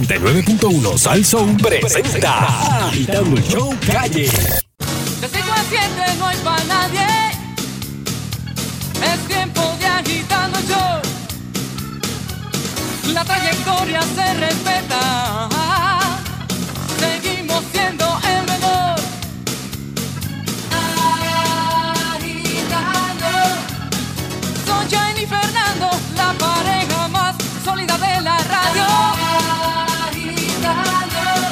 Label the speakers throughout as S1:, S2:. S1: 99.1 Sal Soul presenta Agitando el Show Calle.
S2: Yo estoy consciente, no es para nadie. Es tiempo de agitando el show. La trayectoria se respeta. Seguimos siendo el mejor. Agitando. Son Jenny y Fernando, la pareja más sólida de la radio. Agitando.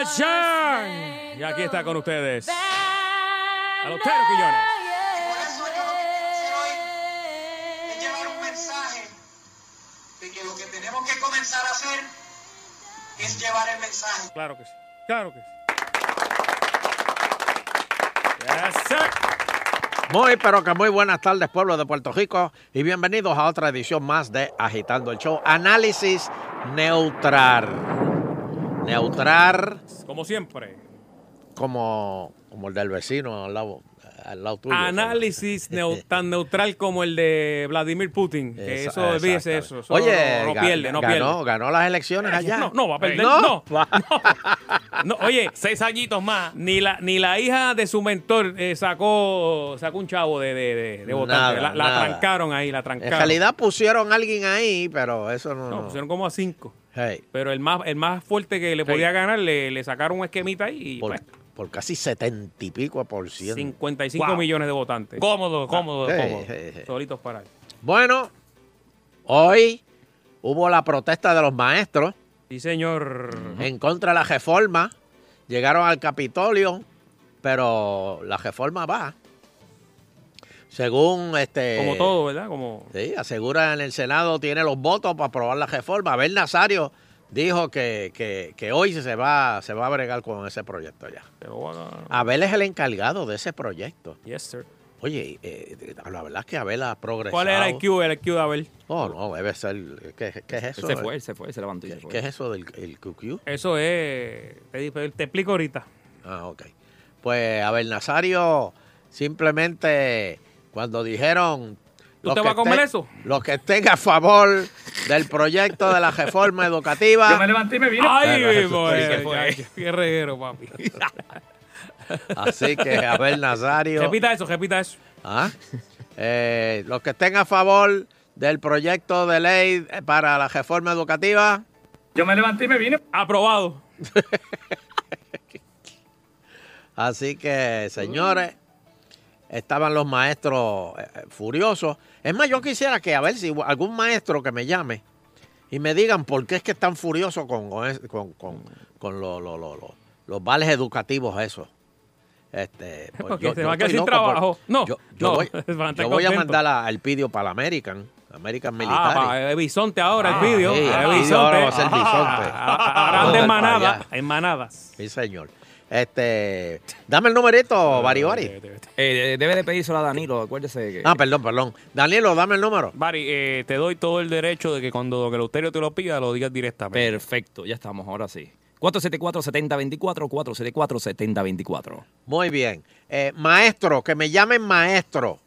S3: ¡Atención! Y aquí está con ustedes.
S2: A
S3: los Tero Quillones.
S4: Por eso yo lo que quiero hacer hoy es llevar un mensaje de que lo que tenemos que comenzar a hacer es llevar el mensaje.
S3: Claro que sí. Claro que sí. Yes, sir.
S5: Muy, pero que muy buenas tardes, pueblo de Puerto Rico, y bienvenidos a otra edición más de Agitando el Show. Análisis neutral. Neutral
S3: Como siempre.
S5: como, como el del vecino al lado, al lado tuyo.
S3: Análisis neu- tan neutral como el de Vladimir Putin. Que
S5: Esa-
S3: eso, olvídese eso. eso
S5: Oye,
S3: no, no
S5: ga-
S3: pierde, no
S5: ganó,
S3: pierde. Eh,
S5: ganó las elecciones allá.
S3: No, no va a perder.
S5: No.
S3: No, no. Oye,
S6: Seis añitos más.
S3: ni la, ni la hija de su mentor eh, sacó, sacó un chavo de, de, de, de votante.
S5: Nada,
S3: la, la
S5: nada.
S3: trancaron ahí, la
S5: En
S3: trancaron.
S5: realidad pusieron a alguien ahí, pero eso no.
S3: No,
S5: no.
S3: pusieron como a cinco.
S5: Hey,
S3: Pero el más, el más fuerte que le
S5: Sí.
S3: podía ganar le, le sacaron un esquemita ahí y
S5: por,
S3: pues,
S5: por casi setenta y pico por ciento.
S3: 55
S6: Wow.
S3: millones de votantes. Ah,
S6: Cómodo, cómodo,
S5: Ah, Sí,
S6: cómodo.
S5: sí, sí.
S3: Solitos para él.
S5: Bueno, hoy hubo la protesta de los maestros
S3: Sí, señor.
S5: en contra de la reforma. Llegaron al Capitolio, pero la reforma va. Según este.
S3: Como todo, ¿verdad? Como
S5: Sí, asegura en el Senado tiene los votos para aprobar la reforma. Abel Nazario dijo que, que- que hoy se va, se va a bregar con ese proyecto ya.
S3: te lo voy a-
S5: Abel es el encargado de ese proyecto.
S3: Yes, sir.
S5: Oye, eh, la verdad es que Abel ha progresado.
S3: ¿Cuál era el Q? El Q de Abel.
S5: Oh, no, debe ser. ¿Qué, qué es
S6: Él
S5: eso?
S6: se fue, él se fue, él se levantó y
S5: ¿Qué,
S6: se fue.
S5: qué es eso del el QQ?
S3: Eso es. Te, di- te explico ahorita.
S5: Ah, ok. Pues Abel Nazario, simplemente cuando dijeron.
S3: ¿Tú
S5: los
S3: te
S5: que
S3: vas a comer
S5: estén-
S3: eso?
S5: Los que estén a favor del proyecto de la reforma educativa.
S3: ¡Ay,
S5: Claro,
S3: boy,
S5: eso sí que
S3: ya, ya, ¡Qué reguero, papi!
S5: Así que Abel Nazario.
S3: repita eso, repita eso.
S5: ¿ah? Eh, los que estén a favor del proyecto de ley para la reforma educativa.
S3: Aprobado.
S5: Así que, señores, estaban los maestros eh, eh, furiosos. Es más, yo quisiera que, a ver si algún maestro que me llame y me digan por qué es que están furiosos con, con, es- con- con- con lo- lo- lo- lo- los vales educativos esos. Este, pues,
S3: Porque
S5: yo-
S3: se
S5: yo
S3: va a quedar
S5: estoy loco
S3: sin trabajo. No,
S5: yo, yo
S3: no,
S5: voy,
S3: van a estar
S5: yo voy a
S3: contentos.
S5: mandar a- al pidio para la American, American Military.
S3: Ah, para el bisonte ahora,
S5: Ah,
S3: el vídeo.
S5: sí, el
S3: el
S5: vídeo
S3: bisonte.
S5: ahora va a ser
S3: Ah,
S5: bisonte.
S3: ah,
S5: Vamos
S3: Harán de
S5: para
S3: manada,
S5: allá.
S3: en manadas.
S5: Sí, señor. Este, dame el numerito, Bariori.
S3: Vete, vete.
S6: Eh, eh, debe de pedírselo a Danilo, acuérdese que...
S5: Ah, perdón, perdón. Danilo, dame el número.
S6: Bari,
S7: eh, Te doy todo el derecho de que cuando Don Eleuterio te lo pida, lo digas directamente.
S6: Perfecto, ya estamos, ahora sí. 474-7024, 474-7024.
S5: Muy bien. Eh, maestro, que me llamen maestro.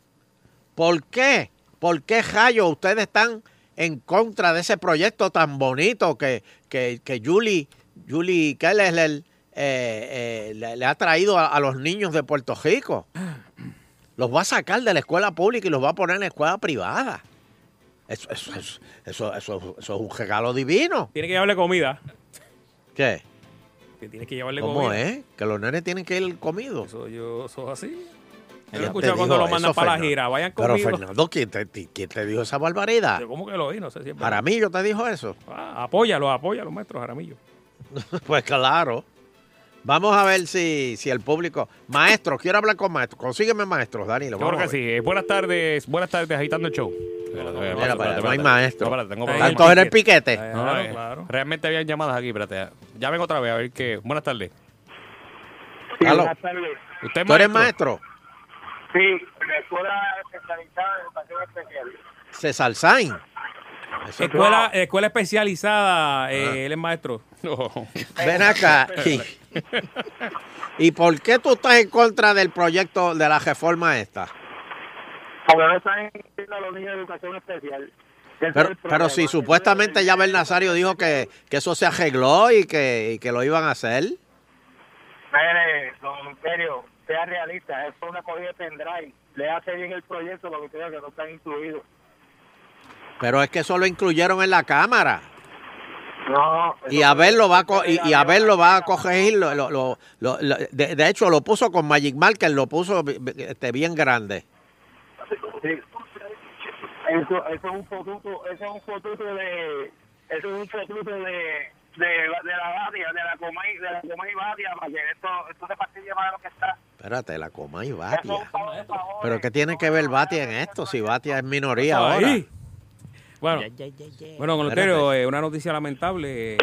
S5: ¿Por qué? ¿Por qué rayo ustedes están en contra de ese proyecto tan bonito que, que, que Julie, Julie Keller eh, eh, le, le ha traído a, a los niños de Puerto Rico? Los va a sacar de la escuela pública y los va a poner en la escuela privada. Eso, eso, eso, eso, eso- eso es un regalo divino.
S3: Tiene que llevarle comida.
S5: ¿Qué?
S3: Que Tienes que llevarle
S5: ¿Cómo
S3: comida.
S5: es? Que los nenes tienen que ir comidos.
S3: Eso, yo, eso es así.
S5: Ya
S3: Yo lo he
S5: te
S3: escuchado
S5: digo
S3: cuando lo
S5: eso,
S3: mandan para la
S5: Fernando.
S3: gira. Vayan
S5: Pero
S3: conmigo.
S5: Fernando, ¿quién te, ti- quién te dijo esa barbaridad?
S3: Yo como que lo oí, no sé si es verdad.
S5: Para mí yo te dijo eso.
S3: Ah, apóyalo, apóyalo, maestro Jaramillo.
S5: Pues claro. Vamos a ver si, si el público... Maestro, quiero hablar con maestro. Consígueme maestros, Danilo.
S7: Yo creo
S5: vamos
S7: que
S5: a
S7: sí.
S5: ver.
S7: Eh, buenas tardes, buenas tardes, agitando el show.
S5: Mira, para allá, no hay maestro.
S7: No, espérate, tengo
S3: Está ahí
S7: problemas.
S5: Tanto era el piquete.
S7: No,
S3: Claro,
S7: eh,
S3: claro.
S7: Realmente habían llamadas aquí, espérate. Llamen otra vez a ver qué. Buenas tardes.
S8: Sí,
S5: Aló.
S8: buenas tardes.
S7: ¿Usted es
S5: ¿Tú eres maestro?
S8: Sí, de Escuela Especializada de Educación Especial.
S5: César Sainz. Eso- Ah.
S3: Escuela, escuela especializada, eh, él es maestro.
S7: No.
S5: Ven acá. Y, ¿Y por qué tú estás en contra del proyecto de la reforma esta?
S8: Porque no están incluyendo a los niños de educación especial. Ese es
S5: Pero,
S8: el
S5: pero
S8: problema.
S5: si supuestamente ya Bel Nazario dijo que, que eso se arregló y que, y que lo iban a hacer.
S8: Mire, don Imperio, sea realista, es una cogida de pendrive. Le hace bien el proyecto porque creo que no están incluidos.
S5: Pero es que eso lo incluyeron en la Cámara.
S8: No.
S5: Y Abel lo va a, co- y, y Abel lo va a corregir. lo- lo- lo- lo- lo- de, de hecho, lo puso con Magic Marker, lo puso bi- bi- este, bien grande.
S8: Sí. Eso, eso es un fotuto, eso es un fotuto de, eso es un fotuto de, de, de la barria, de la comay, de la comay barria, para que esto, esto se partille más de lo que está.
S5: Espérate, la coma y
S8: Eso es un
S5: Batia.
S8: pago de favores.
S5: Pero ¿qué tiene que ver Batia en esto? Si Batia es minoría ahora.
S3: Ahí. Bueno, bueno, con Lutero, eh, una noticia lamentable. eh,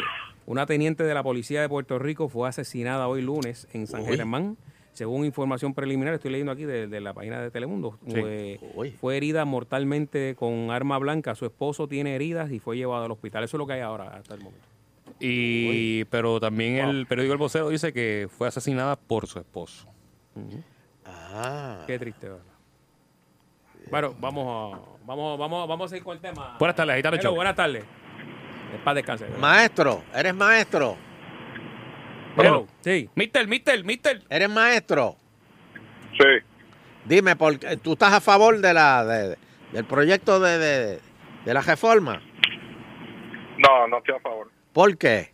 S3: Una teniente de la policía de Puerto Rico fue asesinada hoy lunes en San
S5: Uy.
S3: Germán. Según información preliminar, estoy leyendo aquí de, de la página de Telemundo.
S7: Sí.
S3: eh,
S5: Uy.
S3: fue herida mortalmente con arma blanca. Su esposo tiene heridas y fue llevado al hospital. Eso es lo que hay ahora hasta el momento.
S7: Y, pero también el periódico El Vocero dice que fue asesinada por su esposo.
S5: Ah.
S3: Qué triste, ¿verdad? Bueno, vamos a, vamos, vamos, vamos a seguir con el tema.
S7: Buenas tardes, Gitano
S3: Hello,
S7: Show.
S3: Buenas tardes. Es para descansar.
S5: Maestro, eres maestro,
S3: Hello. Sí.
S7: Mister, mister, mister.
S5: eres maestro.
S9: Sí,
S5: Dime, ¿por qué- ¿tú estás a favor de la de- del proyecto de, de- de la reforma?
S9: no, no estoy a favor.
S5: ¿Por qué?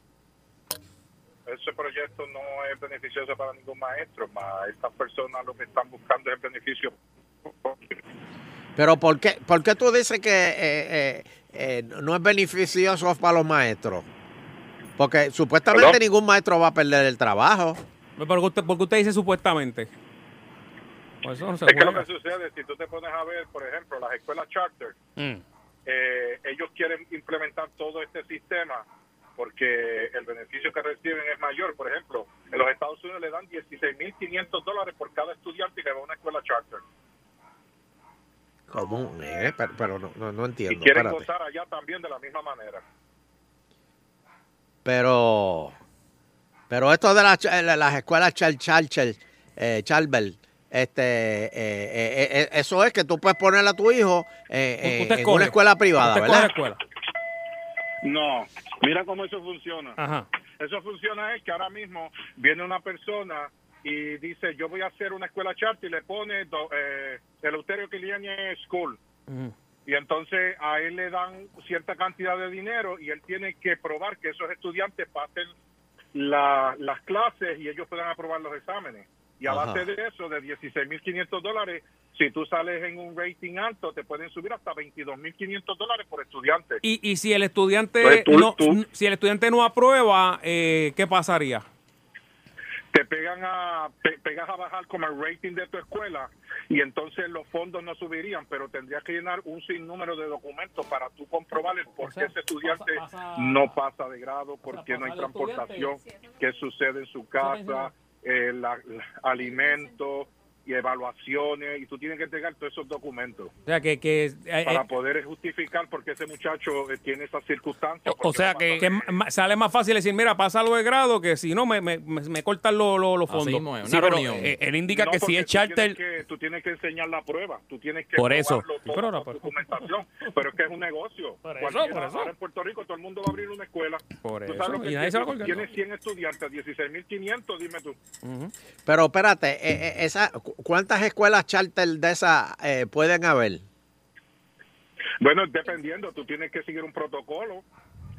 S9: Ese proyecto no es beneficioso para ningún maestro, más estas personas lo que están buscando es el beneficio.
S5: Pero ¿por qué, por qué tú dices que eh, eh, eh, no es beneficioso para los maestros? Porque supuestamente
S9: ¿Perdón?
S5: ningún maestro va a perder el trabajo.
S3: ¿Por qué usted, por qué usted dice supuestamente? Pues eso no se
S9: Es que lo
S3: juega.
S9: que sucede, si tú te pones a ver, por ejemplo, las escuelas charter, eh, ellos quieren implementar todo este sistema porque el beneficio que reciben es mayor. Por ejemplo, en los Estados Unidos le dan 16.500 dólares por cada estudiante que va a una escuela charter.
S5: ¿Cómo? Eh, pero pero no, no, no
S9: Y
S5: entiendo.
S9: quieren
S5: espérate.
S9: gozar allá también de la misma manera.
S5: Pero, pero esto de las, eh, las escuelas Char Charter, eh, Charbel, este, eh, eh, eh, eso es que tú puedes poner a tu hijo eh, eh,
S3: Usted
S5: en
S3: escoge.
S5: una escuela privada,
S3: Usted
S5: ¿verdad?
S3: escoge la escuela.
S9: No, mira cómo eso funciona.
S3: Ajá.
S9: Eso funciona es que ahora mismo viene una persona y dice, yo voy a hacer una escuela charter y le pone do- eh, Eleuterio Kiliani School.
S5: Mm.
S9: Y entonces a él le dan cierta cantidad de dinero y él tiene que probar que esos estudiantes pasen la- las clases y ellos puedan aprobar los exámenes. Y a
S5: Ajá.
S9: base de eso, de 16.500 dólares, si tú sales en un rating alto, te pueden subir hasta 22.500 dólares por estudiante.
S3: Y, y si el estudiante
S9: Pues tú-
S3: no,
S9: tú-
S3: si el estudiante no aprueba, eh, ¿qué pasaría?
S9: te pegan a pe- pegas a bajar como el rating de tu escuela y entonces los fondos no subirían, pero tendrías que llenar un sinnúmero de documentos para tú comprobar el por
S3: O sea,
S9: qué ese estudiante
S3: pasa- pasa-
S9: no pasa de grado, por qué no hay
S3: pasa de
S9: transportación, qué sucede en su casa, eh, la- la- alimentos y evaluaciones, y tú tienes que entregar todos esos documentos
S3: O sea, que, que, eh,
S9: para
S3: eh,
S9: poder justificar por qué ese muchacho eh, tiene esas circunstancias.
S7: O sea que...
S3: que ma- sale más fácil decir, mira, pasa lo de grado, que si no, me, me, me- me cortan lo- lo- los
S6: Así
S3: fondos.
S6: mismo es.
S7: Sí,
S6: Una
S7: pero
S6: reunión.
S7: eh, él indica
S9: No,
S7: que si
S9: porque
S7: es
S9: tú
S7: charter...
S9: Tienes que, tú tienes que enseñar la prueba. Tú tienes que.
S7: Por eso.
S9: probarlo
S3: Sí,
S9: todo,
S3: pero pues, la
S9: con
S3: prueba.
S9: documentación. Pero es que es un negocio.
S3: Por eso,
S9: Cualquiera-
S3: por eso.
S9: ahora en Puerto Rico todo el mundo va a abrir una escuela.
S3: Por
S9: Tú sabes
S3: eso,
S9: lo que
S3: y nadie se va a
S9: tiene-
S3: colgar.
S9: Tienes 100 estudiantes, 16.500, dime tú.
S5: Pero espérate, eh, eh, esa, cu- ¿cuántas escuelas charter de esas eh, pueden haber?
S9: Bueno, dependiendo, tú tienes que seguir un protocolo,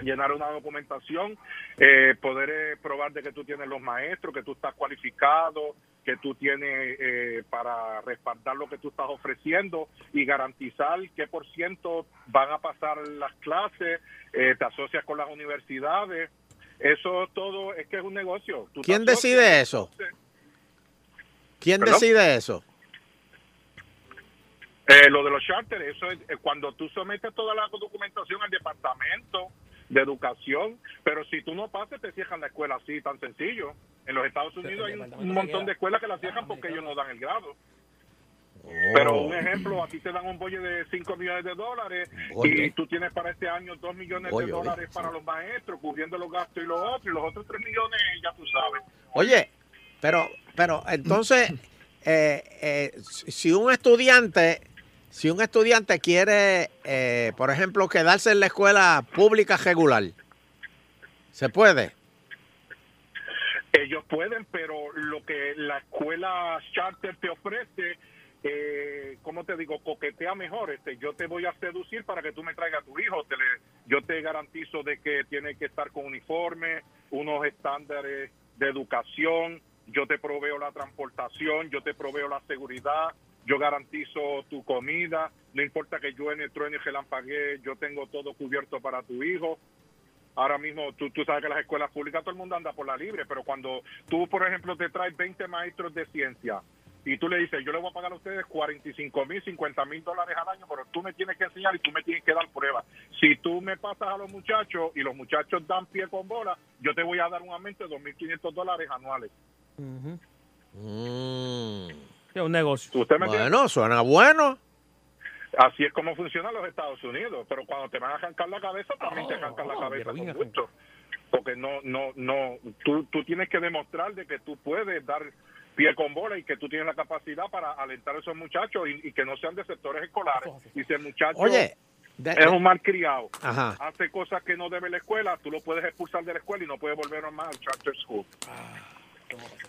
S9: llenar una documentación, eh, poder eh, probar de que tú tienes los maestros, que tú estás cualificado, que tú tienes eh, para respaldar lo que tú estás ofreciendo y garantizar qué por ciento van a pasar las clases, eh, te asocias con las universidades. Eso todo es que es un negocio. Tú te
S5: ¿Quién
S9: asocias,
S5: decide eso?
S9: entonces,
S5: ¿Quién
S9: ¿Perdón?
S5: decide eso?
S9: Eh, lo de los charters, eso es eh, cuando tú sometes toda la documentación al departamento de educación, pero si tú no pasas te cierran la escuela así, tan sencillo. En los Estados Unidos hay un- un montón de escuelas que la cierran porque ellos no dan el grado.
S5: Oh.
S9: Pero un ejemplo, a ti te dan un bollo de 5 millones de dólares y
S5: Bollo.
S9: tú tienes para este año 2 millones
S5: Bollo,
S9: de
S5: dijo,
S9: dólares para
S5: sí.
S9: los maestros, cubriendo los gastos y los otros, y los otros 3 millones ya tú sabes.
S5: Oye, pero, pero entonces, eh, eh, si si un estudiante si un estudiante quiere, eh, por ejemplo, quedarse en la escuela pública regular, ¿se puede?
S9: Ellos pueden, pero lo que la escuela charter te ofrece, eh, ¿cómo te digo? Coquetea mejor. Este, yo te voy a seducir para que tú me traigas a tu hijo. Te le- yo te garantizo de que tiene que estar con uniforme, unos estándares de educación. Yo te proveo la transportación, yo te proveo la seguridad, yo garantizo tu comida. No importa que yo en el trueno y relampaguee, yo tengo todo cubierto para tu hijo ahora mismo tú, tú sabes que las escuelas públicas todo el mundo anda por la libre, pero cuando tú, por ejemplo, te traes 20 maestros de ciencia y tú le dices, yo le voy a pagar a ustedes 45 mil, 50 mil dólares al año, pero tú me tienes que enseñar y tú me tienes que dar pruebas. Si tú me pasas a los muchachos y los muchachos dan pie con bola, yo te voy a dar un aumento de 2.500 dólares anuales.
S10: Es un negocio.
S9: ¿Usted me entiende?
S5: Mm. Bueno, suena bueno.
S9: Así es como funcionan los Estados Unidos, pero cuando te van a arrancar la cabeza, también te arrancan la cabeza con gusto. Porque no, no, no, tú, tú tienes que demostrar de que tú puedes dar pie con bola y que tú tienes la capacidad para alentar a esos muchachos y, y que no sean de sectores escolares. Y si el muchacho
S5: Oye, de-
S9: es un mal criado,
S5: Ajá.
S9: hace cosas que no debe la escuela, tú lo puedes expulsar de la escuela y no puedes volver más al charter school.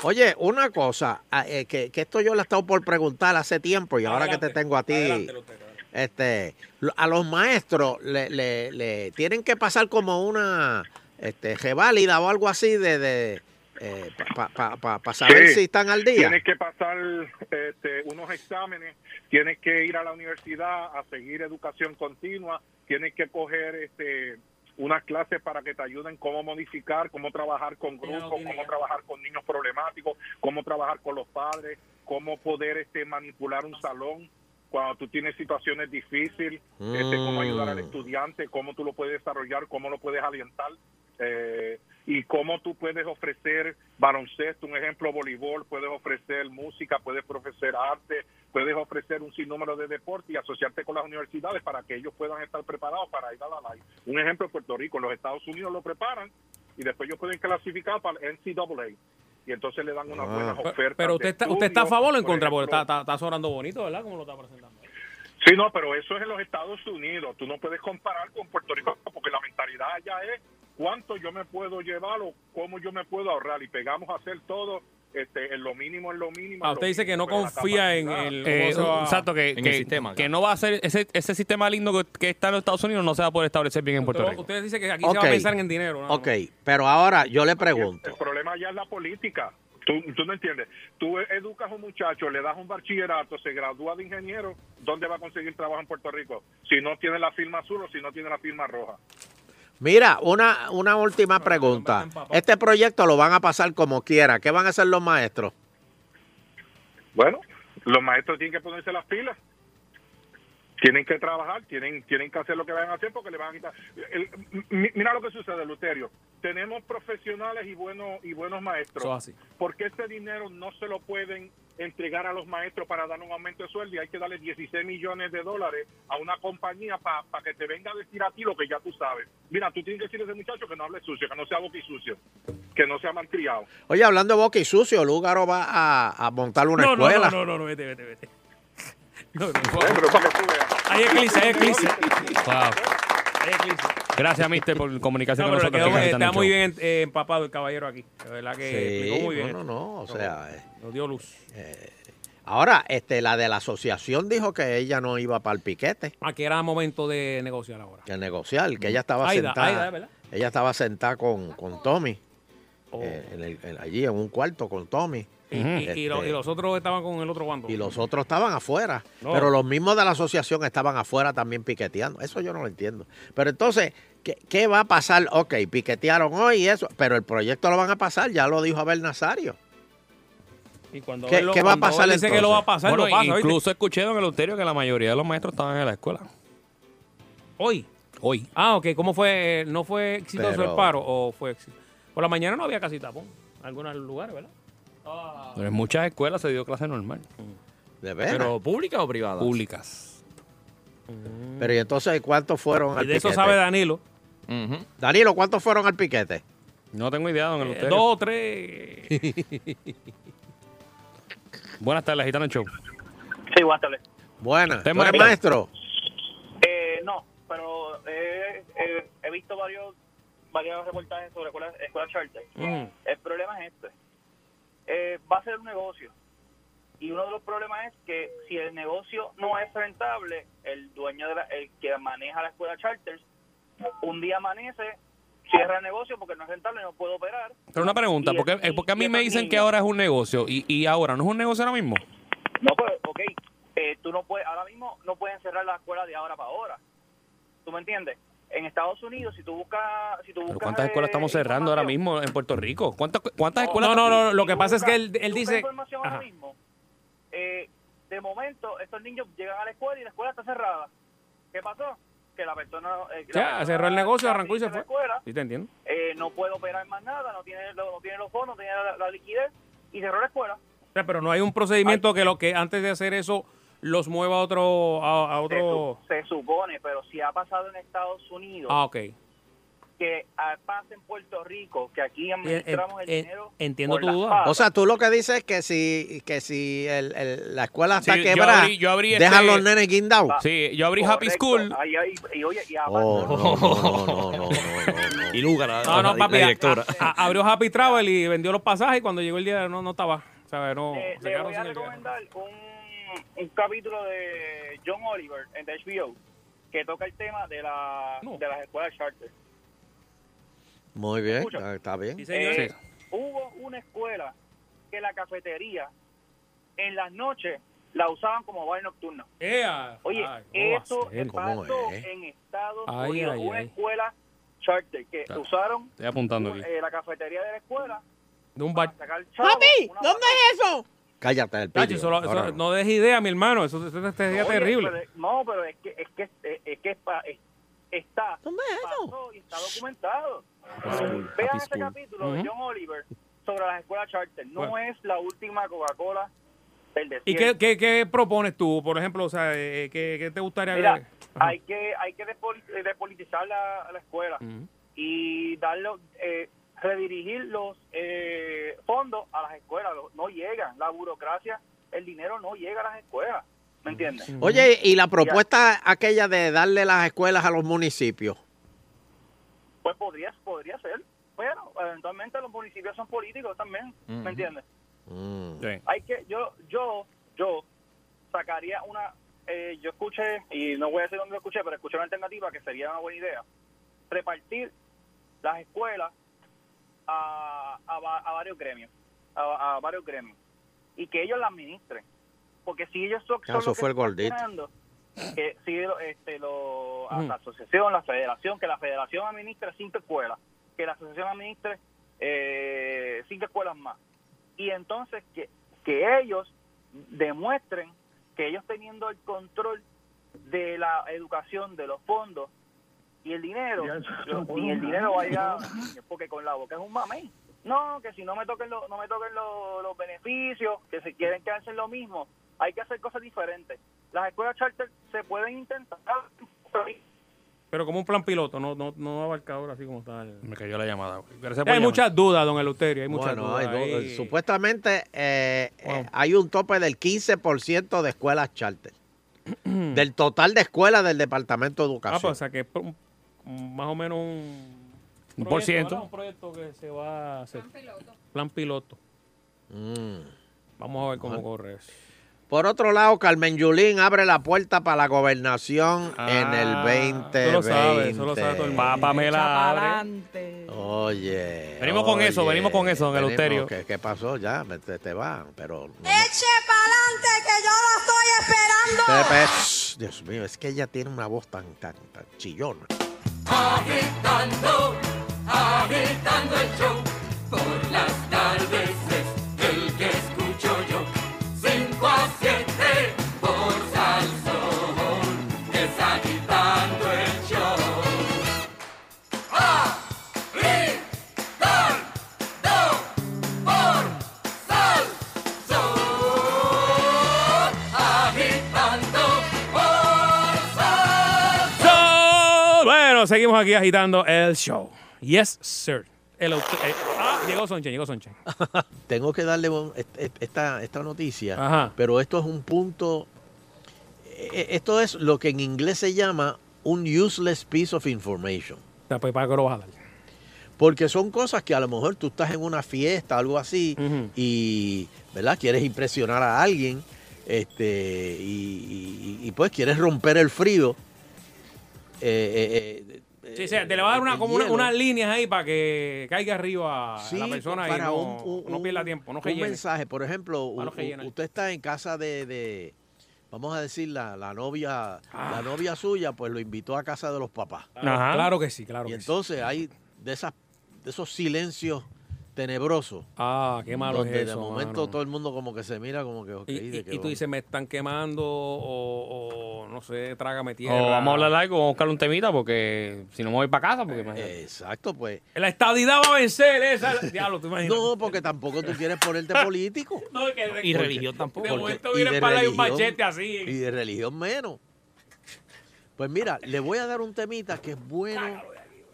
S5: Oye, una cosa, ah, eh, que, que esto yo la he estado por preguntar hace tiempo y ahora que te tengo a ti, este, lo- a los maestros le, le- le tienen que pasar como una este, reválida o algo así de, de eh, para saber
S9: Sí.
S5: si están al día.
S9: Tienes que pasar este, unos exámenes, tienes que ir a la universidad a seguir educación continua, tienes que coger este, unas clases para que te ayuden cómo modificar, cómo trabajar con grupos, cómo trabajar con niños problemáticos, cómo trabajar con los padres, cómo poder este, manipular un salón cuando tú tienes situaciones difíciles, este, cómo ayudar al
S5: Mm.
S9: estudiante, cómo tú lo puedes desarrollar, cómo lo puedes alientar. eh, y cómo tú puedes ofrecer baloncesto, un ejemplo, voleibol, puedes ofrecer música, puedes ofrecer arte, puedes ofrecer un sinnúmero de deportes y asociarte con las universidades para que ellos puedan estar preparados para ir a la LAI. Un ejemplo, en Puerto Rico, en los Estados Unidos lo preparan y después ellos pueden clasificar para el NCAA y entonces le dan unas buenas
S3: Pero-
S9: ofertas.
S3: ah. Pero
S9: de
S3: usted está, usted está a
S9: estudio,
S3: favor o en
S9: por
S3: contra, porque
S9: ejemplo.
S3: está, está, está sonando bonito, ¿verdad? Como lo está presentando.
S9: Sí, no, pero eso es en los Estados Unidos. Tú no puedes comparar con Puerto Rico porque la mentalidad allá es cuánto yo me puedo llevar o cómo yo me puedo ahorrar. Y pegamos a hacer todo este, en lo mínimo, en lo mínimo.
S3: Ah,
S9: en lo
S3: usted dice que no
S9: mínimo, pero la
S3: confía en
S9: capacidad-
S3: el.
S7: Eh,
S3: ¿cómo se va?
S7: exacto, que,
S6: en
S7: que-
S6: el sistema,
S7: que
S6: claro.
S7: no va a ser ese, ese sistema lindo que, que está en los Estados Unidos no se va a poder establecer bien en Puerto
S3: Pero
S7: Rico.
S3: Usted dice que aquí se
S5: Ok.
S3: va a pensar en el dinero. nada más.
S5: Ok, pero ahora yo le
S9: El
S5: pregunto.
S9: problema ya es la política. Tú, tú no entiendes. Tú educas a un muchacho, le das un bachillerato, se gradúa de ingeniero, ¿dónde va a conseguir trabajo en Puerto Rico? Si no tiene la firma azul o si no tiene la firma roja.
S5: Mira, una, una última pregunta. Este proyecto lo van a pasar como quiera. ¿Qué van a hacer los maestros?
S9: Bueno, los maestros tienen que ponerse las pilas. Tienen que trabajar, tienen tienen que hacer lo que van a hacer porque le van a quitar. el- mi- mira lo que sucede, Luterio. Tenemos profesionales y buenos y buenos maestros.
S3: Eso es así.
S9: ¿Por qué este dinero no se lo pueden entregar a los maestros para dar un aumento de sueldo? Y hay que darle 16 millones de dólares a una compañía para que te venga a decir a ti lo que ya tú sabes. Mira, tú tienes que decirle a ese muchacho que no hable sucio, que no sea boqui sucio, que no sea malcriado.
S5: Oye, hablando de boca y sucio, Lúgaro va a, a montar una
S10: No, no,
S5: escuela.
S10: no, no, no, no, vete, vete, vete. No, no, no.
S9: Eh, pero para que tú veas.
S10: Hay eclipse, hay eclipse.
S7: Wow.
S10: Hay eclipse.
S7: Gracias, Mister, por comunicarse
S3: No,
S7: con
S3: pero
S7: nosotros.
S3: quedó-
S7: aquí en Capitán
S3: está
S7: del
S3: muy
S7: Show.
S3: bien eh, empapado el caballero aquí. De verdad que explicó muy
S5: Sí,
S3: bien.
S5: no, no, no, o sea, eh,
S3: Nos dio luz.
S5: ahora este la de la asociación dijo que ella no iba para el piquete,
S3: Aquí Ah, era momento de negociar ahora.
S5: que negociar, que ella estaba
S3: Aida,
S5: sentada.
S3: Aida, ¿verdad?
S5: ella estaba sentada con, con Tommy
S3: Oh.
S5: eh, en el- en- allí en un cuarto con Tommy.
S3: Y, y- y lo-
S5: Este,
S3: y los otros estaban con el otro bando.
S5: y los otros estaban afuera,
S3: No.
S5: pero los mismos de la asociación estaban afuera también piqueteando. Eso yo no lo entiendo. Pero entonces, ¿qué, qué va a pasar? Ok, piquetearon hoy y eso, pero el proyecto lo van a pasar, ya lo dijo Abel Nazario.
S3: Y cuando
S5: ¿Qué-
S3: él lo-
S5: qué va a
S3: cuando él
S5: pasar
S3: dice que lo va a
S5: entonces?
S3: pasar,
S7: Bueno,
S3: lo pasa, ¿oíste?
S7: incluso escuché, don Eleuterio, que la mayoría de los maestros estaban en la escuela.
S3: Hoy.
S7: Hoy.
S3: Ah, ok. ¿Cómo fue? ¿No fue exitoso
S5: Pero-
S3: el paro o fue exitoso? Por la mañana no había casi tapón. En algunos lugares, ¿verdad?
S7: Pero en muchas escuelas se dio clase normal.
S5: De veras. Pero,
S6: ¿Pero pública o privada?
S7: Públicas.
S3: Mm.
S5: ¿y entonces cuántos fueron al
S3: Y de eso
S5: piquete?
S3: sabe Danilo.
S6: Ujú.
S5: Danilo, ¿cuántos fueron al piquete?
S7: No tengo idea, don
S3: Eh,
S7: Eleuterio.
S3: dos o tres.
S7: Buenas tardes, Gitano Show.
S8: Sí, guántale.
S5: Buena. ¿Tú
S7: Usted es
S5: eres maestro?
S7: maestro.
S8: Eh, no, pero eh, eh, he visto varios varios reportajes sobre escuelas escuelas charter. El problema es este. Eh, va a ser un negocio. Y uno de los problemas es que si el negocio no es rentable, el dueño, de la- el que maneja la escuela charter, un día amanece, cierra el negocio porque no es rentable, no puede operar.
S7: Pero una pregunta, ¿por qué, eh, por qué a mí me dicen que ahora es un negocio y, y ahora no es un negocio ahora mismo?
S8: No, pero, ok, eh, tú no puedes, ahora mismo no pueden cerrar las escuelas de ahora para ahora. ¿Tú me entiendes? En Estados Unidos, si tú buscas, si tú
S7: ¿Pero
S8: buscas
S7: ¿Cuántas
S8: eh,
S7: escuelas estamos cerrando ahora mismo en Puerto Rico? ¿Cuántas, cuántas escuelas?
S3: No, no, no, lo
S8: Si
S3: que
S8: tú
S3: pasa es
S8: buscas-
S3: que él, él
S8: si buscas
S3: dice...
S8: información ahora mismo, eh, de momento, estos niños llegan a la escuela y la escuela está cerrada. ¿Qué pasó? Que la persona... eh, la
S3: Ya,
S8: persona
S3: cerró el negocio,
S8: que
S3: arrancó y se
S8: dirige la
S3: fue.
S8: escuela,
S3: Sí, te entiendo.
S8: eh, no puede operar más nada, no tiene, no, no tiene los fondos, no tiene la, la liquidez y cerró la escuela.
S3: O sea, pero no hay un procedimiento que lo que antes de hacer eso los mueva a otro... A, a otro...
S8: Se supone, pero si ha pasado en Estados Unidos...
S3: Ah, ok.
S8: que ah, pasa en Puerto Rico, que
S3: Eh,
S8: aquí administramos el
S3: en-
S8: dinero.
S3: entiendo
S8: por
S3: tu
S8: las
S3: duda.
S8: patas.
S5: O sea, tú lo que dices es que si, que si el- el- la escuela está
S7: Sí, yo
S5: quebrada,
S7: abrí- yo abrí
S5: deja
S7: este-
S5: los nenes guindados.
S7: Sí, yo abrí Happy
S8: Correcto.
S7: School.
S8: Ahí, ahí, y oye, y aparte,
S5: Oh, no, no, no, no, no, no, no.
S6: Y Lugar, la,
S3: No, no,
S6: la-
S3: papi.
S6: la
S3: a-
S6: directora.
S3: a- a- abrió Happy Travel y vendió los pasajes y cuando llegó el día no, no estaba. ¿Sabes? No,
S8: Eh, le,
S3: se
S8: le
S3: quedaron
S8: voy a
S3: sin el viaje.
S8: recomendar un, un capítulo de John Oliver en The HBO que toca el tema de, la,
S3: No.
S8: de las escuelas charter.
S5: Muy bien,
S8: Escucha.
S5: ah, está bien.
S8: Eh, Hubo una escuela que la cafetería en las noches la usaban como bar nocturno.
S3: Ea.
S8: Oye,
S3: Ay, ¿cómo va a
S8: eso
S3: ser?
S5: ¿Cómo
S8: pasó
S5: es?
S8: en Estados
S3: Ay,
S8: Unidos.
S3: ay,
S8: una
S3: ay.
S8: escuela charter que
S7: Claro.
S8: usaron
S7: Estoy apuntando aquí.
S8: eh, la cafetería de la escuela
S3: De un bar.
S8: sacar
S5: ¡Papi!
S8: una-
S5: ¿Dónde es eso? Cállate, el
S3: Tacho,
S5: pillo.
S3: eso lo- eso-
S5: Ahora no.
S3: no des idea, mi hermano. Eso, eso- eso sería
S8: Oye,
S3: terrible.
S8: pero- no, pero es que es que es, es que es pa- es- está
S5: ¿Dónde es eso?
S8: pasó y está documentado.
S6: School,
S8: Vean
S6: Happy
S8: ese
S6: School.
S8: capítulo de
S3: Ujú.
S8: John Oliver sobre las escuelas charter. No
S3: Bueno.
S8: es la última Coca-Cola del desierto.
S3: ¿Y qué, qué, qué propones tú, por ejemplo? O sea, eh, ¿qué, qué te gustaría
S8: Mira,
S3: ver? Ajá. Mm.
S8: hay que hay que despol- eh, despolitizar la, la escuela
S3: Ujú.
S8: y darlo eh, redirigir los eh, fondos a las escuelas. Lo- No llegan la burocracia, el dinero no llega a las escuelas. ¿Me
S3: Mm.
S8: entiendes?
S5: Oye, y la propuesta aquella de darle las escuelas a los municipios.
S8: Pues podría, podría ser, pero eventualmente los municipios son políticos también,
S6: Ujú.
S8: ¿me entiendes?
S5: Mm.
S7: Sí.
S8: Hay que, yo, yo, yo sacaría una, eh, yo escuché, y no voy a decir dónde lo escuché, pero escuché una alternativa que sería una buena idea, repartir las escuelas a, a, va- a varios gremios, a, a varios gremios, y que ellos las administren, porque si ellos son,
S5: Ya,
S8: son
S5: Ah, eso
S8: los que
S5: fue el
S8: están
S5: gordito.
S8: creando, que si lo- este, lo, a
S3: Ujú.
S8: la asociación, la federación, que la federación administre cinco escuelas, que la asociación administre eh, cinco escuelas más. Y entonces que, que ellos demuestren que ellos teniendo el control de la educación, de los fondos y el dinero, lo- y el dinero vaya, porque con la boca es un mamey. No, que si no me toquen, lo- no me toquen lo- los beneficios, que se quieren quedarse en lo mismo, hay que hacer cosas diferentes. Las escuelas charter se pueden intentar,
S3: Pero como un plan piloto, no, no, no abarcador así como está. el-
S7: Me cayó la llamada. güey. Gracias por
S3: Hay
S7: llamar.
S3: muchas dudas, don Eleuterio. Hay muchas
S5: Bueno,
S3: dudas.
S5: hay do-
S3: ahí.
S5: eh, supuestamente eh, eh,
S3: Wow.
S5: hay un tope del 15% de escuelas charter. del total de escuelas del Departamento de
S3: Ah,
S5: Educación.
S3: pues, o sea, que es por un- un- más o menos un.
S7: Un por ciento.
S3: ¿verdad? Un proyecto que se va a hacer. Plan piloto.
S5: Mm.
S3: Vamos a ver cómo corre eso.
S5: Por otro lado, Carmen Yulín abre la puerta para la gobernación en el
S7: Ah,
S5: 2020.
S3: tú lo sabes, eso lo sabe todo el mundo.
S7: Papá me la abre.
S5: Oye.
S7: Venimos con eso,
S5: oye,
S7: venimos con eso, don
S5: venimos-
S7: Eleuterio.
S5: ¿Qué, qué pasó? Ya, me- te, te van, pero... no-
S11: Eche pa'lante que yo lo estoy esperando.
S5: Te- pe- Dios mío, es que ella tiene una voz tan, tan, tan chillona.
S2: Agitando, agitando el show. Por las tardes es el que escucho yo. 5 a 7 por Salsón. Es agitando el show. Agitando por Salsón. Agitando por Salsón.
S3: So, bueno, seguimos aquí agitando el show. Yes, sir. El aut- eh, ah, llegó Sonchen, llegó Sonchen.
S5: Ah, Tengo que darle un- est- est- esta, esta noticia,
S3: Ajá.
S5: pero esto es un punto e- esto es lo que en inglés se llama un useless piece of information.
S3: Pues, ¿Para qué lo vas a dar?
S5: Porque son cosas que a lo mejor tú estás en una fiesta, algo así, y ¿verdad? quieres impresionar a alguien, este, y, y- y, pues quieres romper el frío. Eh, eh, eh,
S3: Sí, o sea, te le va a dar una, como una-
S5: hielo.
S3: unas líneas ahí para que caiga arriba
S5: Sí,
S3: la persona y
S5: para
S3: no,
S5: un- un-
S3: no pierda tiempo, no
S5: un
S3: rellene.
S5: mensaje, por ejemplo, u-
S3: Para no
S5: u-
S3: rellenar.
S5: usted está en casa de, de, vamos a decir, la, la novia, la novia suya, pues lo invitó a casa de los papás.
S3: Ajá. Ah. Claro que sí, claro
S5: Y
S3: que sí.
S5: entonces hay de esas, de esos silencios tenebrosos.
S3: Ah, qué malo es
S5: donde
S3: eso,
S5: de momento
S3: mano.
S5: todo el mundo como que se mira como que ok,
S3: Y,
S5: ¿de
S3: y-
S5: qué
S3: y tú
S5: vamos?
S3: dices, me están quemando o, o no sé, trágame tierra.
S7: O vamos a hablar algo, vamos a buscar un temita porque si no me voy para casa, porque imagínate.
S5: Exacto, pues.
S3: La estadidad va a vencer, esa. Diablo, tú imaginas.
S5: No, porque tampoco tú quieres ponerte político.
S3: No, que de-
S5: Y
S3: porque-
S5: religión tampoco.
S3: De
S5: Porque-
S3: momento
S5: y
S3: viene
S5: de
S3: para y un
S5: religión.
S3: machete así.
S5: Y de religión menos. Pues mira, le voy a dar un temita que es bueno,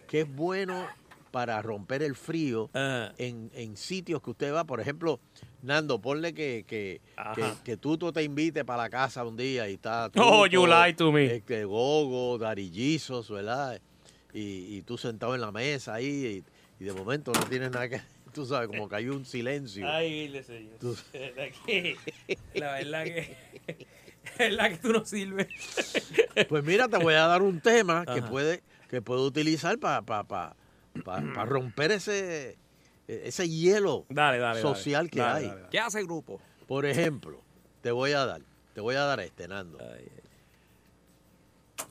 S5: que es bueno para romper el frío en, en sitios que usted va. Por ejemplo, Nando, ponle que, que, que,
S7: Ajá.
S5: que Tuto te invite para la casa un día y está.
S7: Oh,
S5: Tuto,
S7: you lied to me.
S5: Este Gogo, Darillizos, ¿verdad? Y, y tú sentado en la mesa ahí y, y de momento no tienes nada que. Tú sabes, como que hay un silencio.
S10: Ay, le señor.
S5: Tú-
S10: De verdad que-
S3: La verdad que. Es la que tú no sirves.
S5: Pues mira, te voy a dar un tema que
S3: Ajá.
S5: puede que puedo utilizar para pa, pa, pa- pa romper ese e, ese hielo
S6: dale,
S5: social
S6: dale.
S5: que
S6: Dale,
S5: hay.
S6: dale, dale. ¿Qué hace el grupo?
S5: Por ejemplo, te voy a dar, te voy a dar este Nando.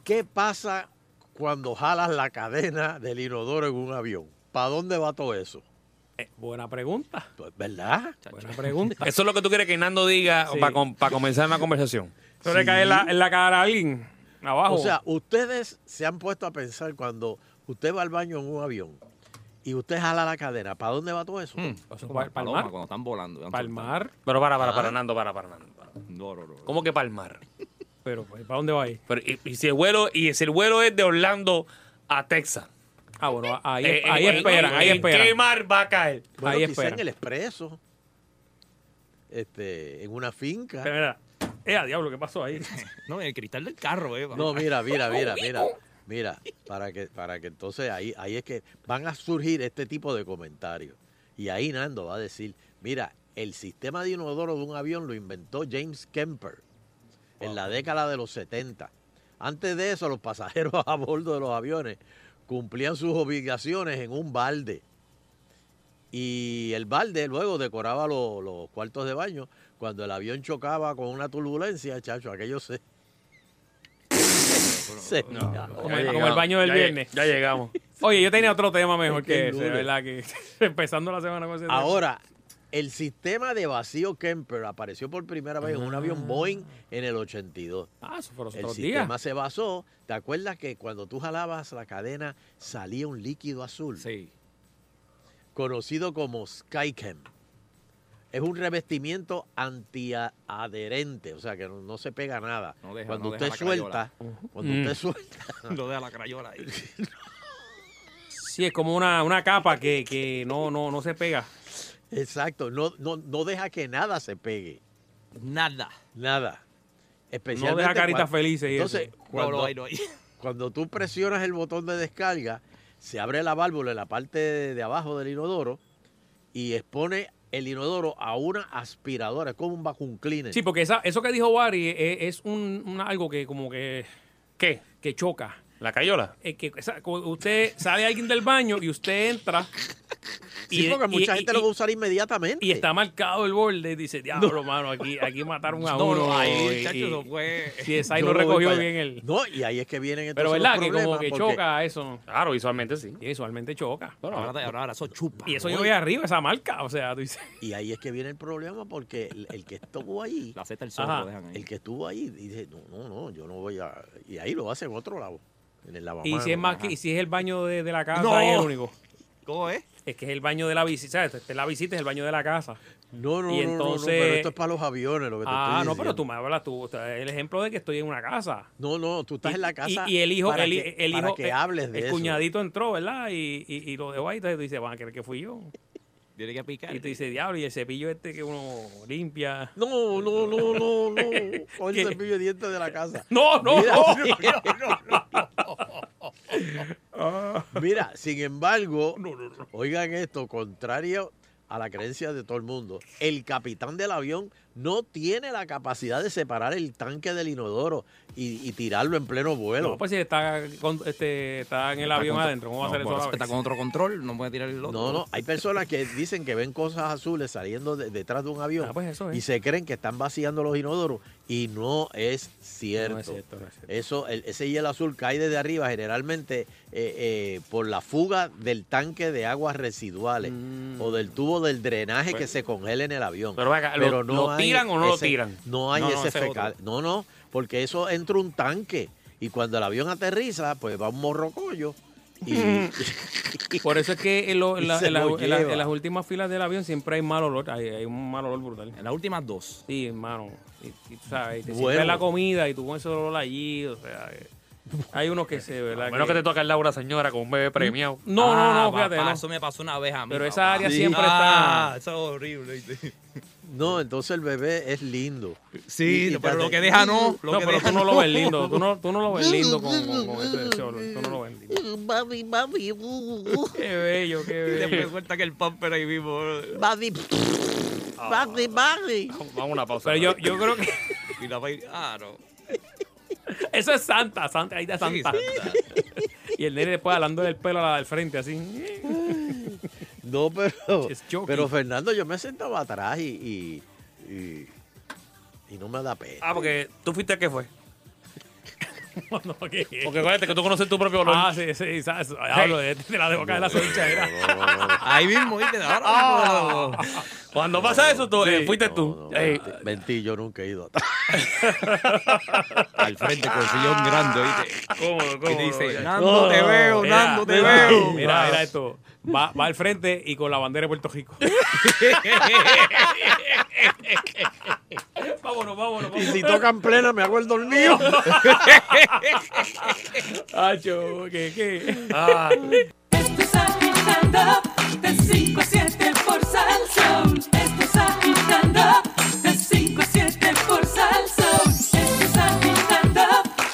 S5: ¿Qué pasa cuando jalas la cadena del inodoro en un avión? ¿Para dónde va todo eso?
S3: Eh,
S5: Pues,
S3: buena pregunta.
S5: ¿Verdad?
S3: Buena pregunta.
S7: Eso es lo que tú quieres que Nando diga
S3: Sí.
S7: para, com- para comenzar una conversación.
S3: Eso le cae en la, en la cara a alguien. Abajo.
S5: O sea, ustedes se han puesto a pensar cuando usted va al baño en un avión y usted jala la cadena, ¿para dónde va todo eso?
S3: Hmm. para- para el mar.
S6: Cuando están volando.
S3: Palmar.
S7: Pero para, para, para,
S5: Ah.
S7: Nando, para, para, Nando. para.
S6: No, no, no.
S7: ¿Cómo que palmar?
S3: Pero, pues, ¿para dónde va ahí?
S7: Pero, y, y si el vuelo, y si el vuelo es de Orlando a Texas.
S3: Ah, bueno, ahí,
S7: Eh,
S3: ahí
S7: en-
S3: esperan,
S7: en-
S3: ahí
S7: en
S3: esperan.
S7: qué mar va a caer?
S5: Bueno,
S3: Ahí
S5: quizá
S3: espera.
S5: en el expreso. Este, en una finca.
S3: Pero mira, eh, a diablo, ¿qué pasó ahí?
S6: No, en el cristal del carro, eh, Eva.
S5: No, mira, mira, mira, mira. Mira, para que, para que entonces ahí, ahí es que van a surgir este tipo de comentarios. Y ahí Nando va a decir, mira, el sistema de inodoro de un avión lo inventó James Kemper en la década de los 70. Antes de eso, los pasajeros a bordo de los aviones cumplían sus obligaciones en un balde. Y el balde luego decoraba lo- los cuartos de baño. Cuando el avión chocaba con una turbulencia, chacho, aquello se... se-
S3: Como el, como el baño del viernes.
S7: Ya llegamos.
S3: Oye, yo tenía otro tema mejor
S5: Es que
S3: que
S5: es
S3: ese,
S5: lunes.
S3: ¿verdad? Que empezando la semana con ese tema.
S5: Ahora, el sistema de vacío Kemper apareció por primera vez en un
S6: Ah.
S5: avión Boeing en el 82.
S3: Ah, eso fueron los
S5: El
S3: otros
S5: sistema
S3: días.
S5: se basó, ¿te acuerdas que cuando tú jalabas la cadena salía un líquido azul?
S6: Sí.
S5: Conocido como Skychem. Es un revestimiento antiadherente, o sea que no, no se pega nada.
S6: No deja-
S5: cuando
S6: no deja
S5: usted
S6: la
S5: suelta,
S6: crayola.
S5: cuando
S6: Mm.
S5: usted suelta,
S6: No deja la crayola ahí.
S3: Sí, es como una, una capa que, que no, no, no se pega.
S5: exacto, no, no, no deja que nada se pegue.
S6: Nada.
S5: Nada. Especialmente
S3: deja caritas
S5: cuan-
S3: felices y
S5: Entonces,
S3: eso.
S5: Cuando,
S6: No, no hay, no hay.
S5: cuando tú presionas el botón de descarga, se abre la válvula en la parte de, de abajo del inodoro y expone el inodoro a una aspiradora, es como un vacuum cleaner.
S3: Sí, porque esa, eso que dijo Barry es, es un, un algo que como que...
S7: ¿Qué?
S3: Que choca.
S7: La cayola.
S3: Es que esa- como usted sale alguien del baño y usted entra...
S5: Sí, porque mucha gente lo va a usar inmediatamente.
S3: Y está marcado el borde y dice, diablo, mano, aquí, aquí mataron a uno. y- y- Sí, esa ahí
S5: Yo
S3: no
S5: no voy
S3: recogió
S5: para
S3: bien
S5: allá.
S3: el...
S5: No, y ahí es que vienen entonces
S3: Pero
S5: los
S3: verdad que como
S5: problemas,
S3: que
S5: porque-
S3: choca eso.
S7: Claro, visualmente sí.
S3: Visualmente choca.
S6: Ahora, ahora, ahora, eso chupa.
S3: y eso yo voy arriba, esa marca. O sea, tú dices.
S5: Y ahí es que viene el problema porque el, el que estuvo ahí,
S6: La seta del sol
S5: Ajá.
S6: lo dejan ahí.
S5: el que estuvo ahí dice, no, no, no, yo no voy a... Y ahí lo hace en otro lado, en el
S3: Y
S5: lavamanos.
S3: si es más que, y si es el baño de, de la casa,
S5: No.
S3: ahí es el único.
S6: ¿Cómo es?
S3: Es que es el baño de la visita. ¿sabes? Este, La visita es el baño de la casa.
S5: No, no,
S3: Y
S5: no, no, no,
S3: entonces-
S5: pero esto es para los aviones lo que te
S3: ah,
S5: estoy
S3: no, pero
S5: diciendo.
S3: tú me hablas tú. o sea, El ejemplo de que estoy en una casa.
S5: No, no, tú estás
S3: Y-
S5: en la casa.
S3: Y, y el hijo,
S5: para
S3: el,
S5: que,
S3: el hijo,
S5: para que
S3: el-
S5: hables de
S3: el
S5: eso.
S3: cuñadito entró, ¿verdad? Y, y, y lo dejó ahí. Entonces tú dices, van a creer que fui yo.
S6: Tiene que picar.
S3: Y tú dices, diablo, y el cepillo este que uno limpia.
S5: No, no, no, no, no. O el cepillo de dientes de la casa.
S3: No, no, no,
S5: Ah. Mira, sin embargo, oigan esto, contrario a la creencia de todo el mundo, el capitán del avión no tiene la capacidad de separar el tanque del inodoro y, y tirarlo en pleno vuelo.
S3: No, pues si está, con- este, está en el
S5: Está
S3: avión
S5: con-
S3: adentro, ¿cómo va a
S5: no,
S3: hacer eso?
S5: pues,
S3: a la vez?
S5: está con otro
S6: control, no puede tirar el
S5: No, no, hay personas que dicen que ven cosas azules saliendo de- detrás de un avión
S3: Ah, pues eso es.
S5: y se creen que están vaciando los inodoros y no es cierto.
S3: No es cierto, no es
S5: Eso, el- ese hielo azul cae desde arriba generalmente eh, eh, por la fuga del tanque de aguas residuales
S6: Mm.
S5: o del tubo del drenaje
S6: Pues-
S5: que se congela en el avión.
S7: Pero venga, ¿lo- lo
S5: hay
S7: tiran o no lo
S5: ese-
S7: tiran?
S5: No hay
S7: No, no,
S5: ese
S7: ese es otro.
S5: fecal. No, no, porque eso entra un tanque y cuando el avión aterriza, pues va un morrocollo. Y,
S3: Por eso es que en, lo- en la-
S5: Se
S3: en la-
S5: lo
S3: en la- en
S5: lleva.
S3: las últimas filas del avión siempre hay mal olor, hay, hay un mal olor brutal. En las últimas dos. Sí, hermano. Y, y tú sabes, y te
S7: Bueno.
S3: sirven la comida y tú pones ese olor allí, o sea, eh, hay unos que se, ¿verdad?
S7: A menos que te toque al lado una señora con un bebé premiado.
S3: No, no, no,
S6: papá,
S3: fíjate, no.
S6: Eso me pasó una vez a mí.
S3: Pero esa
S6: papá.
S3: área siempre
S6: Ah, Eso
S3: está-
S6: es horrible. ¿viste?
S5: No, entonces el bebé es lindo.
S6: Sí, pero lo que deja no, lo No, que pero deja tú no lo no. ves lindo, tú no- tú no lo ves lindo con- con- con ese- ese olor, tú no lo ves
S5: lindo. Mami, mami, uh, uh.
S3: Qué bello, qué
S6: Y después cuenta que el pamper ahí mismo.
S5: Mami,
S3: Ah,
S5: mami, mami.
S6: Ah.
S7: Vamos a una pausa.
S3: Pero yo, yo creo que
S6: Y la va a ir- Ah, no.
S3: eso es santa, santa, ahí está santa. Y el nene después hablando del pelo a la del frente, así.
S5: No, pero,
S3: joking.
S5: pero Fernando, yo me sentaba atrás y, y, y, y no me da pena.
S7: Ah, porque tú fuiste el que fue.
S3: No, ¿qué?
S7: Porque acuérdate que tú conoces tu propio olor.
S3: Ah, sí, sí, sabes, hablo de, de la de boca de la soncha, era.
S6: Ahí mismo, ¿viste? Ahora me acuerdo.
S3: Ah.
S7: Cuando pasa eso, tú, eh,
S5: Sí.
S7: fuiste tú. Ey,
S5: Mentí, yo nunca he ido.
S6: Al frente con el sillón grande, ¿viste?
S3: Cómodo,
S6: cómodo.
S5: Nando, te veo, Nando, te veo.
S3: Mira, mira esto. Va, va al frente y con la bandera de Puerto Rico. vámonos, vámonos, vámonos.
S5: Y si tocan plena, me hago el dormido.
S3: Acho, ¿qué, qué?
S7: Ah,
S2: Esto es agitando de 5 a 7 por Salsón. Esto es agitando de 5 a 7 por Salsón. Esto es agitando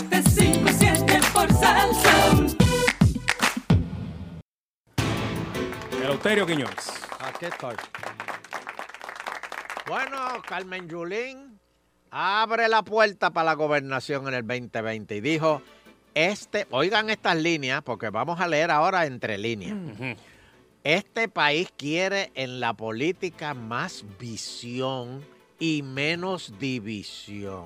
S2: de 5 a 7 por Salsón.
S3: Eleuterio Quiñones.
S5: Aquí estoy. Bueno, Carmen Yulín abre la puerta para la gobernación en el 2020 y dijo, este, oigan estas líneas porque vamos a leer ahora entre líneas. Este país quiere en la política más visión y menos división.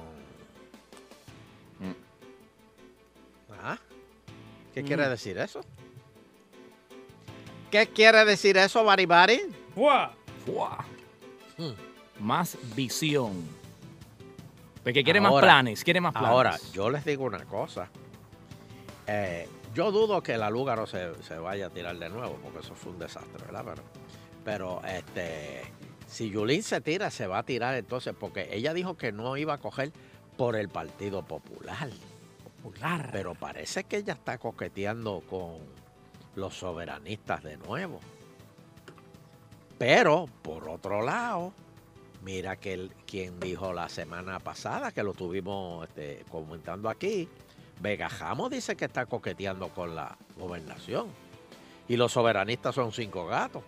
S5: ¿Ah? ¿Qué quiere
S12: Mm.
S5: decir eso? ¿Qué quiere decir eso, Baribari?
S6: Fuá. Más visión. Porque quiere más
S5: Ahora,
S6: planes, quiere más planes.
S5: Ahora, yo les digo una cosa. Eh, yo dudo que la Lúgaro se, se vaya a tirar de nuevo, porque eso fue un desastre, ¿verdad? Pero, pero, este, si Yulín se tira, se va a tirar entonces, porque ella dijo que no iba a coger por el Partido Popular.
S3: Popular.
S5: Pero parece que ella está coqueteando con los soberanistas de nuevo. Pero, por otro lado, mira que el- quien dijo la semana pasada, que lo tuvimos este, comentando aquí, Vega Jamo dice que está coqueteando con la gobernación. Y los soberanistas son cinco gatos.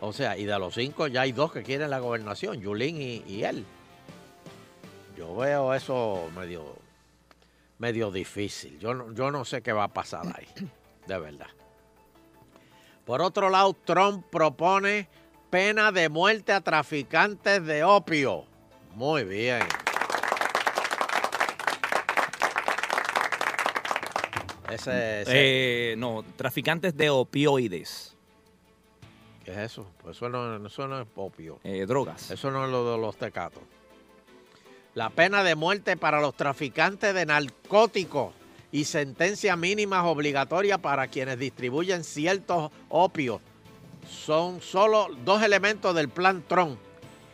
S5: O sea, y de los cinco ya hay dos que quieren la gobernación, Yulín y, y él. Yo veo eso medio, medio difícil. Yo no, yo no sé qué va a pasar ahí, de verdad. Por otro lado, Trump propone pena de muerte a traficantes de opio. Muy bien. Ese, ese-
S6: Eh, no, traficantes de opioides.
S5: ¿Qué es eso? Pues eso no, eso no es opio.
S6: drogas.
S5: Eso no es lo de los tecatos. La pena de muerte para los traficantes de narcóticos y sentencia mínima obligatoria para quienes distribuyen ciertos opios son solo dos elementos del plan Trump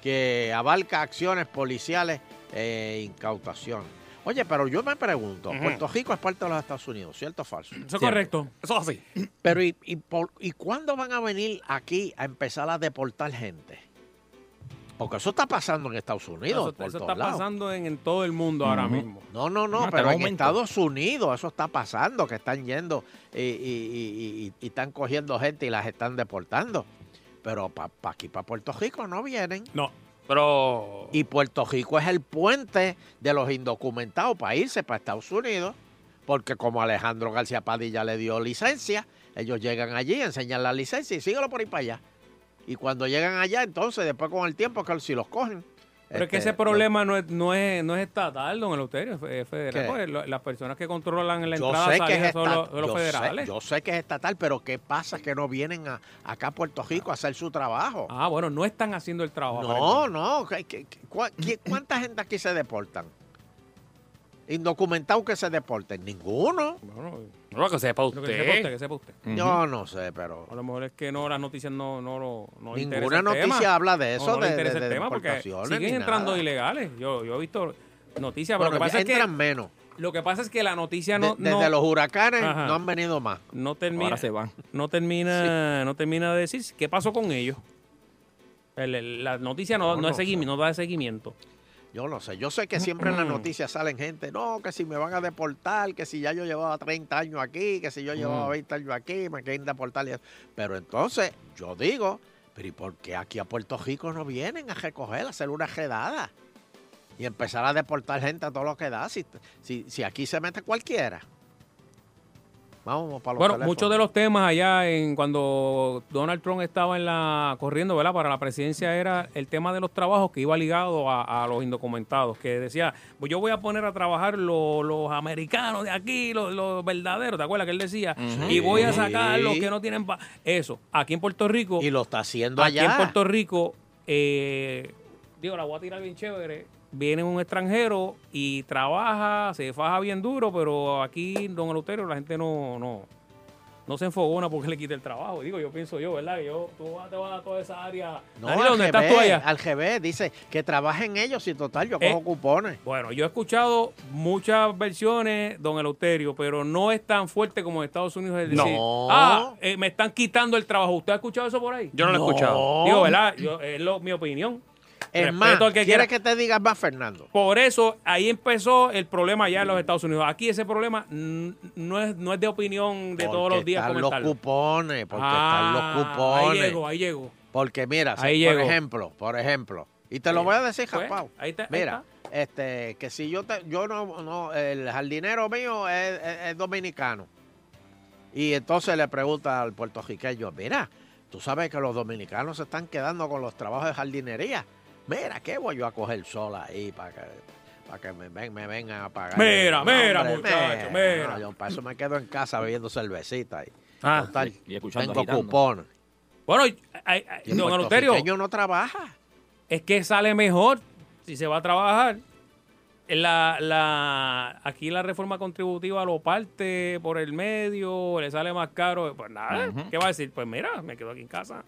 S5: que abarca acciones policiales e incautaciones. Oye, pero yo me pregunto,
S3: Ujú.
S5: Puerto Rico es parte de los Estados Unidos, ¿cierto o falso? Eso
S3: es correcto. Eso es así.
S5: Pero ¿y, y, por- ¿y cuándo van a venir aquí a empezar a deportar gente? Porque eso está pasando en Estados Unidos,
S3: Eso,
S5: por
S3: eso
S5: todos
S3: está
S5: lados.
S3: pasando en, en todo el mundo ahora
S5: Ujú.
S3: mismo.
S5: No, no, no,
S3: Hasta el
S5: pero en
S3: momento.
S5: Estados Unidos eso está pasando, que están yendo y, y- y- y- y están cogiendo gente y las están deportando. Pero para aquí, para Puerto Rico, no vienen.
S3: No, pero...
S5: Y Puerto Rico es el puente de los indocumentados para irse para Estados Unidos, porque como Alejandro García Padilla le dio licencia, ellos llegan allí, enseñan la licencia y síguelo por ahí para allá. Y cuando llegan allá, entonces, después con el tiempo, que si los cogen.
S3: Pero es que
S5: este,
S3: ese problema no es, no es, no es estatal, don Eleuterio, es federal.
S5: ¿Qué?
S3: porque lo- las personas que controlan la
S5: Yo
S3: entrada
S5: sé, que es
S3: salida son
S5: esta-
S3: los, son los
S5: yo sé-
S3: federales.
S5: yo sé que es estatal, pero ¿qué pasa? Que no vienen a- acá a Puerto Rico a hacer su trabajo.
S3: Ah, pues bueno, no están haciendo el trabajo.
S5: No, no. ¿qué- qué- qué- cua- qué- ¿Cuánta gente aquí se deportan? Indocumentados que se deporten. Ninguno.
S3: No, lo que sepa
S7: usted.
S3: Lo que sepa usted, que sepa usted.
S5: Yo no sé, pero...
S3: A lo mejor es que no, las noticias no, no lo no le
S5: Ninguna
S3: interesa el
S5: noticia
S3: tema.
S5: habla de eso,
S3: No, no le
S5: de-
S3: interesa
S5: de-
S3: el
S5: de
S3: tema porque
S5: deportaciones
S3: siguen
S5: ni
S3: entrando
S5: nada.
S3: ilegales. Yo, yo he visto noticias, pero
S5: Bueno,
S3: lo que pasa es que
S5: entran menos.
S3: lo que pasa es que la noticia
S5: De-
S3: no
S5: desde
S3: no-
S5: los huracanes
S3: Ajá.
S5: no han venido más.
S3: no termina.
S5: Ahora se
S3: van. No termina, no termina de decir qué pasó con ellos. El- el- la noticia no,
S5: No,
S3: no, es
S5: no
S3: seguimi- no da seguimiento.
S5: Yo no sé. Yo sé que siempre en las noticias salen gente, no, que si me van a deportar, que si ya yo llevaba 30 años aquí, que si yo llevaba
S3: Mm.
S5: 20 años aquí, me quieren deportar. y eso. Pero entonces yo digo, pero ¿y por qué aquí a Puerto Rico no vienen a recoger, a hacer una redada? Y empezar a deportar gente a todo lo que da, si, si, si aquí se mete cualquiera. Vamos para los
S3: Bueno,
S5: teléfonos.
S3: muchos de los temas allá en cuando Donald Trump estaba en la corriendo, ¿verdad? Para la presidencia era el tema de los trabajos que iba ligado a, a los indocumentados, que decía, pues yo voy a poner a trabajar lo- los americanos de aquí, los, los verdaderos, ¿te acuerdas que él decía?
S5: Ujú.
S3: Y voy a
S5: Sí.
S3: sacar los que no tienen pa- eso. Aquí en Puerto Rico
S5: Y lo está haciendo
S3: Aquí
S5: allá.
S3: en Puerto Rico, eh, digo, la voy a tirar bien chévere. Viene un extranjero y trabaja, se faja bien duro, pero aquí, don Eleuterio, la gente no, no, no se enfogona porque le quita el trabajo. Digo, yo pienso yo, ¿verdad? Que yo, tú vas- te vas a toda esa área.
S5: No,
S3: Danilo,
S5: al GB,
S3: ¿dónde estás tú allá?
S5: Al GB, dice que trabajen ellos y total, yo
S3: Eh,
S5: cojo cupones.
S3: Bueno, yo he escuchado muchas versiones, don Eleuterio, pero no es tan fuerte como en Estados Unidos el decir,
S5: No.
S3: ah, eh, me están quitando el trabajo. ¿Usted ha escuchado eso por ahí?
S5: Yo no lo he No. escuchado.
S3: Digo, ¿verdad? Yo- es lo- mi opinión.
S5: Es
S3: Respeto
S5: más,
S3: al
S5: que
S3: quiera.
S5: ¿quieres que te diga más, Fernando?
S3: Por eso ahí empezó el problema allá en los Estados Unidos. Aquí ese problema mm, no es, no es de opinión de todos
S5: Porque
S3: los días.
S5: Están
S3: comentarlo.
S5: los cupones, porque
S3: Ah,
S5: están los cupones.
S3: Ahí llegó, ahí llegó.
S5: Porque mira, si-
S3: Ahí
S5: por
S3: llegó.
S5: ejemplo, por ejemplo, y te lo
S3: Sí.
S5: voy a decir,
S3: Pues,
S5: Japao.
S3: ahí está, ahí
S5: Mira, este, que si yo te, yo no, no, el jardinero mío es, es- es dominicano. Y entonces le pregunta al puertorriqueño, mira, tú sabes que los dominicanos se están quedando con los trabajos de jardinería. Mira, ¿qué voy yo a coger sol ahí para que, para que me, ven- me vengan a pagar?
S3: Mira,
S5: No,
S3: mira,
S5: hombre,
S3: muchacho, mira.
S5: yo para eso me quedo en casa bebiendo cervecita. Y,
S3: Ah,
S5: total,
S3: y escuchando,
S5: Tengo
S3: agitando.
S5: cupones.
S3: Bueno, y- ay, ay,
S5: Y el
S3: don Eleuterio.
S5: puertorriqueño no trabaja.
S3: Es que sale mejor si se va a trabajar. La, la, aquí la reforma contributiva lo parte por el medio, le sale más caro. Pues nada, ¿qué va a decir? Pues mira, me quedo aquí en casa.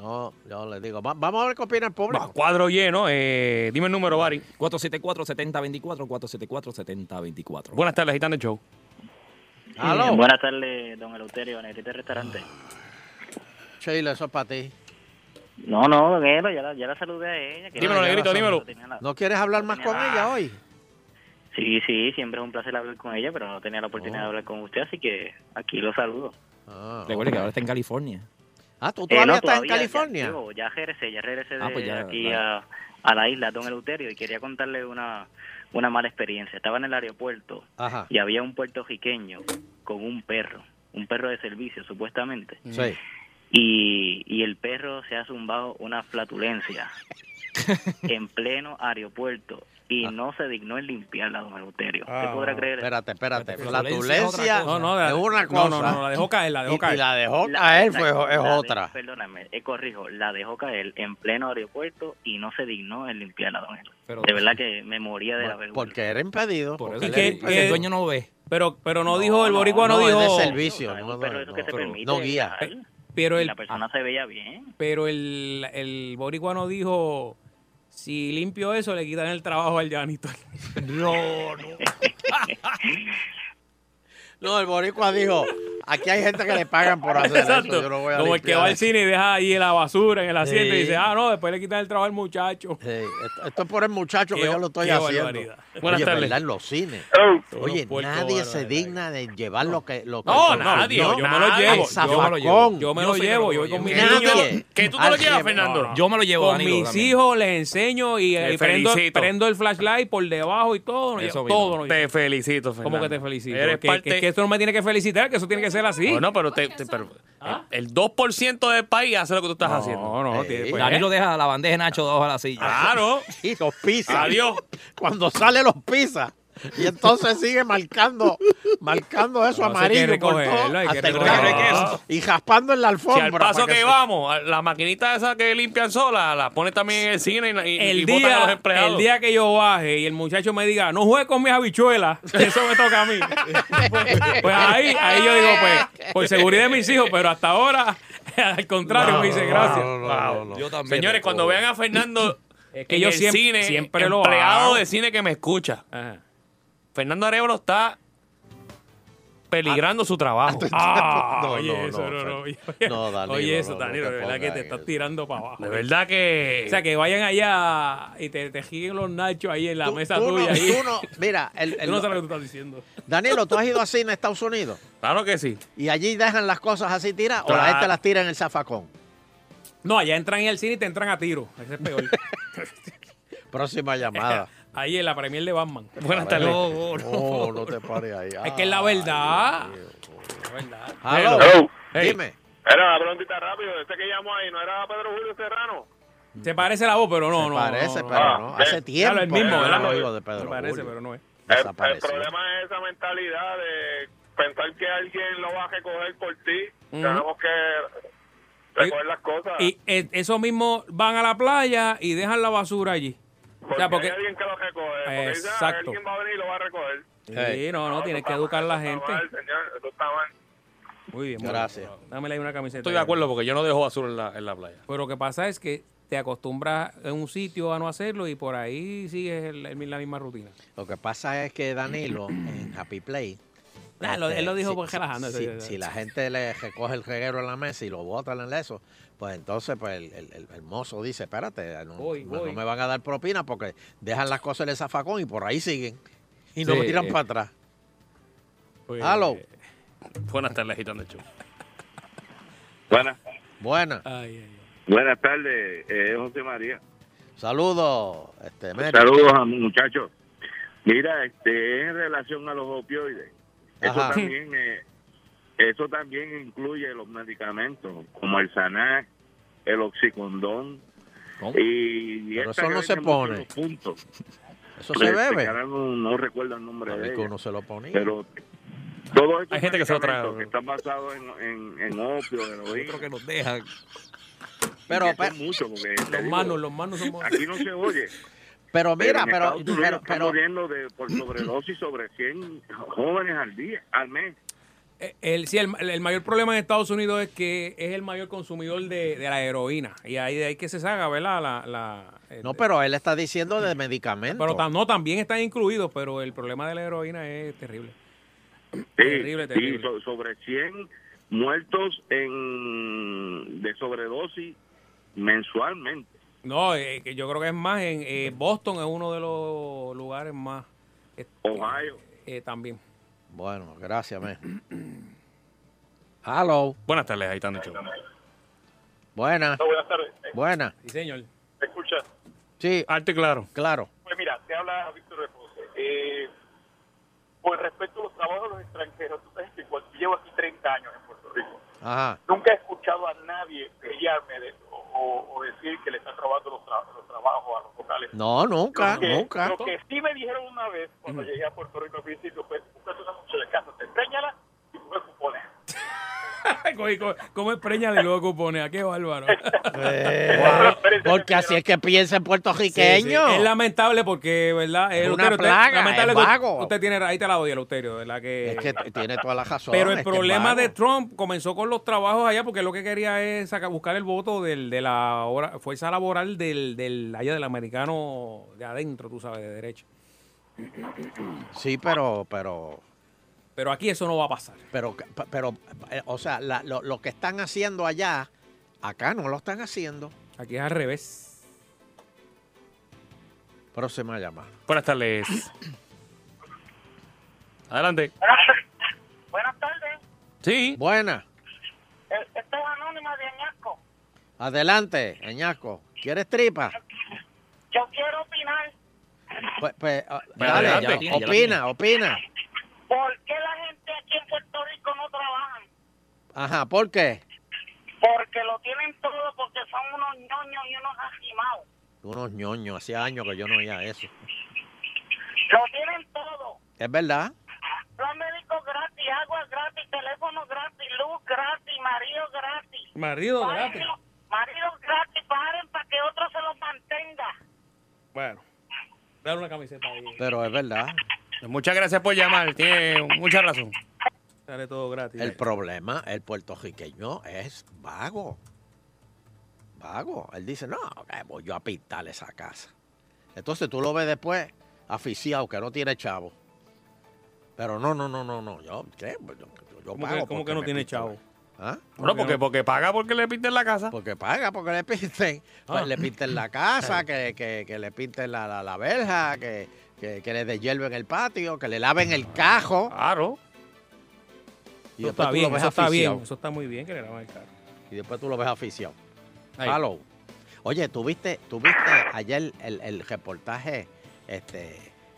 S5: No, yo le digo, va- vamos a ver qué opina el público.
S7: Cuadro lleno. eh, dime el número, Bari.
S12: 474-7024, 474-7024.
S7: Buenas tardes, Gitano Show.
S5: Aló.
S13: Buenas tardes, don Eleuterio, Negrita Restaurante.
S5: Sheila, eso es para ti.
S13: No, no, don Elo, ya la, ya la saludé a ella. que-
S5: Dímelo,
S13: ya la
S5: negrito,
S13: saludé,
S5: dímelo.
S13: no tenía la-
S5: ¿No quieres hablar más con ella hoy?
S13: Sí, sí, siempre es un placer hablar con ella, pero no tenía la oportunidad de
S5: Oh.
S13: hablar con usted, así que aquí lo saludo.
S12: Recuerde que ahora está en California.
S5: Ah, tú
S13: Eh,
S5: todavía
S13: no,
S5: estás
S13: todavía,
S5: en
S13: ya-
S5: California.
S13: digo, Ya, regresé, ya regresé de
S12: Ah, pues ya,
S13: aquí
S12: claro.
S13: a, a la isla, don Eleuterio, y quería contarle una, una mala experiencia. Estaba en el aeropuerto
S5: Ajá.
S13: y había un puertorriqueño con un perro, un perro de servicio, supuestamente.
S5: Mm. Sí.
S13: Mm. y, y el perro se ha zumbado una flatulencia en pleno aeropuerto y no se dignó en limpiarla, don Eleuterio. ¿Usted podrá creer?
S5: Ah. Espérate, espérate.
S13: Flatulencia es
S5: Flatulencia
S13: otra cosa. No, no,
S5: es
S13: la-
S5: una
S13: no,
S5: cosa.
S13: no, no, la dejó caer, la dejó
S5: Y- Y
S13: caer.
S5: la dejó
S13: La-
S5: caer
S13: la-
S5: pues, es
S13: la de-
S5: otra.
S13: perdóname, eh, corrijo, la dejó caer en pleno aeropuerto y no se dignó en limpiarla, don Eleuterio. de verdad que me moría de la vergüenza.
S5: Porque era impedido.
S13: eso
S5: porque
S13: le
S5: era
S13: di-
S5: impedido.
S13: el
S12: dueño no ve.
S3: Pero, pero no, dijo, el boricua no,
S5: es
S3: dijo.
S5: de servicio. No, no,
S13: Pero eso que te
S5: no,
S13: permite.
S5: no guía.
S13: viajar,
S3: Pero
S13: y
S3: el-
S13: la persona se veía bien.
S3: Pero el, el boricua no dijo, Si limpio eso, le quitan el trabajo al Janitor.
S5: No, no. No, el boricua dijo, aquí hay gente que le pagan por hacer eso. Yo no voy a
S3: Como el que
S5: limpiar
S3: va al
S5: esto.
S3: cine y deja ahí la basura en el asiento
S5: Sí.
S3: y dice, ah, no, después le quitan el trabajo al muchacho.
S5: esto, es por el muchacho
S3: Qué-
S5: que yo lo estoy
S3: qué
S5: haciendo.
S3: barbaridad.
S5: Oye,
S3: Buenas tardes.
S5: ¿verdad? En los cines.
S3: Todos
S5: Oye,
S3: puercos
S5: nadie
S3: bárbaros,
S5: se digna de llevar lo que. Lo que
S3: No,
S5: lo-
S3: nadie.
S5: no,
S3: yo me lo
S5: al
S3: llevo. Yo me lo llevo.
S5: zafacón.
S3: Yo me lo llevo. Yo voy con mis
S5: Nadie.
S3: niños.
S5: Que tú te lo Al llevas, siempre.
S12: Fernando. Yo me lo llevo,
S3: Con
S12: Danilo,
S3: mis
S12: también.
S3: hijos les enseño y,
S7: Te
S3: y prendo,
S7: felicito.
S3: prendo el flashlight por debajo y todo. nos
S7: Eso
S3: llevo-
S7: mismo.
S3: todo nos llevo.
S7: Te felicito, Fernando.
S3: ¿Cómo que te felicito?
S7: Eres
S3: que,
S7: parte-
S3: que- que esto no me tiene que felicitar, que eso tiene que ser así. ¿Ah?
S7: Bueno, pero, te, te- pero el, el 2% del país hace lo que tú estás haciendo. No,
S5: Eh,
S3: no, pues, eh.
S12: Danilo deja la bandeja de Nacho debajo de la silla.
S7: Claro.
S5: Y los pisa.
S7: Adiós.
S5: Cuando sale los pisa. Y entonces sigue marcando, marcando eso
S7: No, eso hay que
S5: amarillo por todo,
S7: recogerlo, hay que
S5: hasta el
S7: recogerlo.
S5: carro. Y raspando en la
S7: Si
S5: alfombra.
S7: al paso
S5: para
S7: que,
S5: se-
S7: vamos, a- la maquinita esa que limpian sola, la pone también en el cine y, y-
S3: el
S7: y botan a los
S3: día,
S7: empleados.
S3: el día que yo baje y el muchacho me diga, no juegues con mis habichuelas, eso me toca a mí. pues ahí, ahí yo digo, pues, por seguridad de mis hijos, pero hasta ahora, al contrario, me dice gracias.
S7: Yo también Señores, cuando vean a Fernando
S3: que
S7: en
S3: yo
S7: el
S3: siem-
S7: cine,
S3: siempre lo
S7: empleado
S3: hago.
S7: de cine que me escucha, Fernando Arevalo está peligrando su trabajo.
S3: Ah,
S7: No,
S3: oye,
S7: no,
S3: eso,
S7: no,
S3: no, no,
S7: Fer-
S3: oye,
S7: No, Danilo,
S3: oye, eso,
S7: no, no
S3: Danilo,
S7: te
S3: de verdad que
S7: pongas
S3: te
S7: en
S3: estás tirando para abajo.
S7: De verdad que...
S3: O sea, que vayan allá y te, te giren los nachos ahí en la mesa
S5: tú
S3: tuya.
S5: no-
S3: ahí.
S5: tú no- mira, el-
S3: Tú
S5: el-
S3: no sabes lo que tú estás diciendo.
S5: Danilo, ¿tú has ido así en Estados Unidos?
S7: Claro que sí.
S5: ¿Y allí dejan las cosas así tiradas o la
S3: Claro.
S5: gente las tira en el zafacón?
S3: No, allá entran en el cine y te entran a tiro. Ese es peor.
S5: Próxima llamada. Oh,
S3: Ahí en la premier de Batman.
S5: Buenas tardes. No, no, no te pares ahí.
S3: Es que es la verdad. La verdad.
S5: Hello.
S3: Hey.
S5: Dime.
S9: Era la preguntita rápido, este que llamó ahí, ¿no era Pedro Julio Serrano? Ah,
S3: Se parece la voz, pero no, no.
S5: parece,
S3: no,
S5: pero no. Hace
S3: Eh,
S5: tiempo
S3: claro, el mismo,
S5: que
S3: ¿verdad?
S5: no oigo de Pedro
S3: Se parece,
S5: Julio.
S3: pero no es.
S9: Eh, El problema es esa mentalidad de pensar que alguien lo va a recoger por ti.
S3: Ujú.
S9: Tenemos que recoger las cosas.
S3: Mm. Y eh, esos mismos van a la playa y dejan la basura allí. O sea,
S9: porque
S3: porque.
S9: hay alguien que lo recoge. Porque dice, ah,
S3: Exacto.
S9: alguien va a venir y lo va a recoger.
S3: Sí, no, no, tienes que educar a la gente.
S9: Está mal, señor, eso está mal.
S3: Muy bien, muy
S7: Gracias.
S3: bien. Dámele ahí una camiseta.
S7: Estoy de acuerdo porque yo no dejo basura en la, en la playa.
S3: Pero lo que pasa es que te acostumbras en un sitio a no hacerlo y por ahí sigues el- el- la misma rutina.
S5: Lo que pasa es que Ah, Danilo en Happy Play.
S3: Nah, Ah, lo- él lo dijo porque relajando,
S5: Este, Si,
S3: eso-
S5: si la gente le recoge el reguero en la mesa y lo botan en eso, pues entonces pues el, el- el- el mozo dice, espérate, no,
S3: Voy,
S5: no- no
S3: voy.
S5: me van a dar propina porque dejan las cosas en el zafacón y por ahí siguen. Y no
S7: Sí.
S5: me tiran para atrás.
S3: Pues,
S5: Aló.
S3: eh,
S7: Buenas tardes, Gitán de Chu.
S14: Buenas.
S5: Buena.
S14: Buenas tardes, eh, José María.
S5: Saludos, este Mary.
S14: Saludos a mis muchachos. Mira, este, en relación a los opioides,
S5: Ajá.
S14: eso también, eh, eso también incluye los medicamentos como el Sanac, el oxicondón y, y
S5: Pero
S14: esta
S5: eso
S14: que
S5: no se
S14: venden
S5: pone.
S14: mucho en los puntos.
S5: Eso se
S14: Este,
S5: bebe.
S14: que ahora No, no recuerdo el nombre
S5: Sabía
S14: de
S5: que
S14: ella.
S5: uno se lo ponía.
S14: eh. Pero todo esto
S7: Hay gente que se lo traga.
S14: que está basado en, en, en opio, heroína. Otro que nos dejan.
S5: Pero, pues,
S14: Pero,
S5: pero-
S14: mucho porque te
S3: Los
S14: digo,
S3: manos, los manos son
S14: Aquí no se oye.
S5: Pero mira,
S14: en
S5: pero,
S14: Estados Unidos
S5: pero,
S14: están muriendo de, por sobredosis sobre 100 jóvenes al día, al mes.
S3: Eh, El, sí, el, el mayor problema en Estados Unidos es que es el mayor consumidor de, de la heroína. Y ahí de ahí que se saca, ¿verdad? La, la- eh,
S5: no, pero él está diciendo de medicamentos.
S3: pero tam- no, también están incluidos, pero el problema de la heroína es terrible.
S14: Sí,
S3: Terrible,
S14: sí,
S3: terrible.
S14: so- sobre 100 muertos en mm, de sobredosis mensualmente.
S3: No, eh, que yo creo que es más. En eh, Boston es uno de los lugares más. este, eh,
S14: Ohio.
S3: también.
S5: Bueno, gracias, me. Hello.
S7: Buenas tardes, Gitán de Chu.
S5: Buena.
S15: No, buenas tardes. Eh,
S5: Buena.
S3: Sí, señor.
S15: ¿Me escucha?
S5: Sí.
S7: Arte claro.
S5: Claro.
S15: Pues mira, te habla Víctor Repose. Eh, con respecto a los trabajos de los extranjeros, tú sabes que cuando- yo llevo aquí 30 años en Puerto Rico.
S5: Ajá.
S15: Nunca he escuchado a nadie pelearme de- o, o- o decir que le están robando los, tra- los trabajos a los locales.
S5: No, nunca,
S15: Lo que-
S5: nunca.
S15: Lo que sí me dijeron una vez cuando llegué a Puerto Rico al principio fue, búscate una muchacha de casa, te preñala y coge cupones.
S3: Oye, ¿cómo- ¿Cómo es preñale y luego cuponea? Qué bárbaro.
S5: Eh, porque así es que piensa el puertorriqueño.
S3: Sí, sí. Es lamentable porque, ¿verdad?
S5: Es
S3: Eh,
S5: una
S3: Eleuterio, usted-
S5: plaga,
S3: lamentable
S5: es
S3: que
S5: vago.
S3: Usted tiene, ahí te la doy, Eleuterio, de ¿verdad? Que,
S5: Es que t- tiene toda la razón.
S3: Pero
S5: es
S3: el
S5: que es
S3: problema
S5: vago.
S3: de Trump comenzó con los trabajos allá porque lo que quería es saca- buscar el voto del, de la hora- fuerza laboral del, del, allá del americano de adentro, tú sabes, de derecha.
S5: Sí, pero, pero,
S3: Pero aquí eso no va a pasar.
S5: pero, pero, eh, o sea, la- lo, lo que están haciendo allá, acá no lo están haciendo.
S3: Aquí es al revés.
S5: Próxima llamada.
S7: Buenas tardes. Adelante.
S16: Buenas tardes.
S7: Sí.
S5: Buena.
S16: Eh, Esto es Anónima de Añasco.
S5: Adelante, Eñaco. ¿Quieres tripa?
S16: Yo quiero opinar
S5: Pues, pues, ah,
S7: Bueno,
S5: dale,
S7: ya la tiene, ya la tiene.
S5: opina, opina.
S16: por qué la gente aquí en Puerto Rico no trabaja.
S5: Ajá, ¿por qué?
S16: Porque lo tienen todo, porque son unos ñoños y unos ajimados.
S5: Unos ñoños, hacía años que yo no oía eso.
S16: Lo tienen todo.
S5: Es verdad.
S16: Plan médico gratis, agua gratis, teléfono gratis, luz gratis, marido gratis.
S3: Marido gratis.
S16: Marido gratis, paren para que otro se los mantenga.
S3: Bueno. Dale una camiseta ahí.
S5: Pero es verdad.
S7: Muchas gracias por llamar. Tiene mucha razón.
S3: Dale todo gratis.
S5: El problema, el puertorriqueño es vago. Vago. Él dice, no, eh, voy yo a pintar esa casa. Entonces tú lo ves después aficiado, que no tiene chavo. Pero no, no, no, no, no. Yo, ¿qué? Yo- yo
S3: ¿Cómo
S5: pago
S3: que, cómo
S5: porque
S3: que no
S5: me
S3: tiene
S5: pinto.
S3: chavo?
S5: ¿Ah?
S7: Bueno, porque, porque paga porque le pinten la casa.
S5: Porque paga, porque le pinten, pues,
S7: Ah.
S5: le pinten la casa, que, que- que le pinten la, la, la verja, que, que, que le deshierven el patio, que le laven el cajo.
S7: Claro.
S5: Y después
S3: Eso está
S5: tú
S3: bien,
S5: lo ves
S3: eso está bien.
S5: aficiado.
S3: Eso está muy bien que le graban el carro.
S5: Y después tú lo ves aficiado.
S3: Ahí.
S5: Hello. Oye, ¿tú viste, tú viste ayer el, el reportaje, este,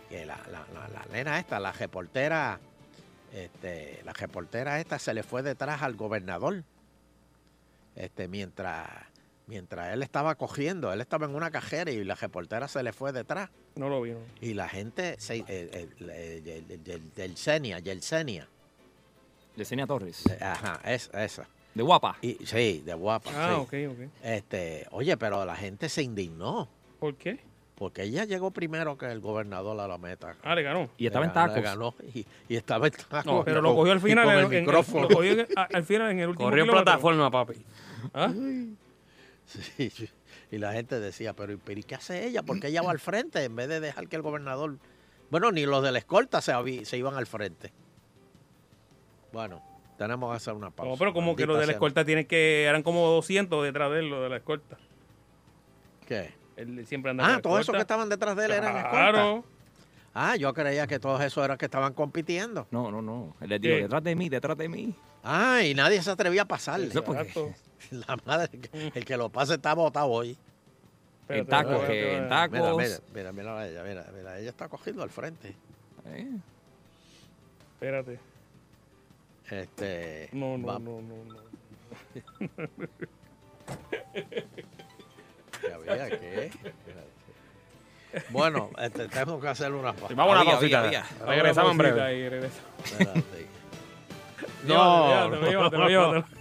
S5: que la, la, la- la nena esta, la reportera, este, la reportera esta se le fue detrás al gobernador. Este, mientras, mientras él estaba cogiendo, él estaba en una cajera y la reportera se le fue detrás.
S3: No lo vieron.
S5: Y la gente, eh, se, el, el, el- el- el- Yelsenia, Yelsenia.
S12: Yesenia Torres.
S5: Eh, Ajá, es, esa.
S12: ¿De guapa?
S5: sí, de guapa.
S3: Ah,
S5: sí.
S3: ok, ok.
S5: Este, oye, pero la gente se indignó.
S3: ¿Por qué?
S5: Porque ella llegó primero que el gobernador a la meta.
S3: Ah, le ganó.
S12: Y estaba en
S5: Le ganó,
S12: tacos.
S5: le ganó y, y estaba en tacos.
S3: No, pero
S5: Y
S3: lo
S5: con-
S3: cogió al
S5: y
S3: final.
S5: con
S3: en-
S5: el
S3: en-
S5: micrófono.
S3: lo cogió en- a- al final en el último
S7: Corrió en
S3: kilómetro.
S7: plataforma, papi.
S3: ¿Ah?
S5: Sí, sí. Y la gente decía, pero ¿y- pero ¿y qué hace ella? Porque ella va al frente en vez de dejar que el gobernador... Bueno, ni los de la escolta se, habi- se iban al frente. Bueno, tenemos que hacer una pausa.
S3: No, pero como que los de la
S5: Maldita
S3: escolta tienen que. Eran como 200 detrás de él, los de la escolta.
S5: ¿Qué?
S3: Él siempre
S5: sea.
S3: anda con
S5: Ah,
S3: la
S5: todos esos
S3: escolta.
S5: que estaban detrás de él eran escolta.
S3: Claro.
S5: Ah, yo creía que todos esos eran que estaban compitiendo.
S12: No, no, no. Él Les digo,
S5: ¿Qué?
S12: detrás de mí, detrás de mí.
S5: Ah, y nadie se atrevía a pasarle.
S12: Eso porque- Exacto.
S5: La madre, el que lo pase está botado hoy.
S12: En tacos, que en tacos.
S5: Mira, mira, mira, mira a ella, mira, mira, ella está cogiendo al frente.
S12: Eh.
S3: Espérate.
S5: Este.
S3: No, no,
S5: va-
S3: no, no, no.
S5: Ya veía que- Bueno, este, tengo que hacer una pausa.
S7: Vamos a una pausita. Regresamos en breve.
S3: Ahí, regresa.
S5: Espérate.
S3: Llévatelo,
S5: No,
S3: llévatelo,
S5: no,
S3: llévatelo,
S5: no.
S3: llévatelo.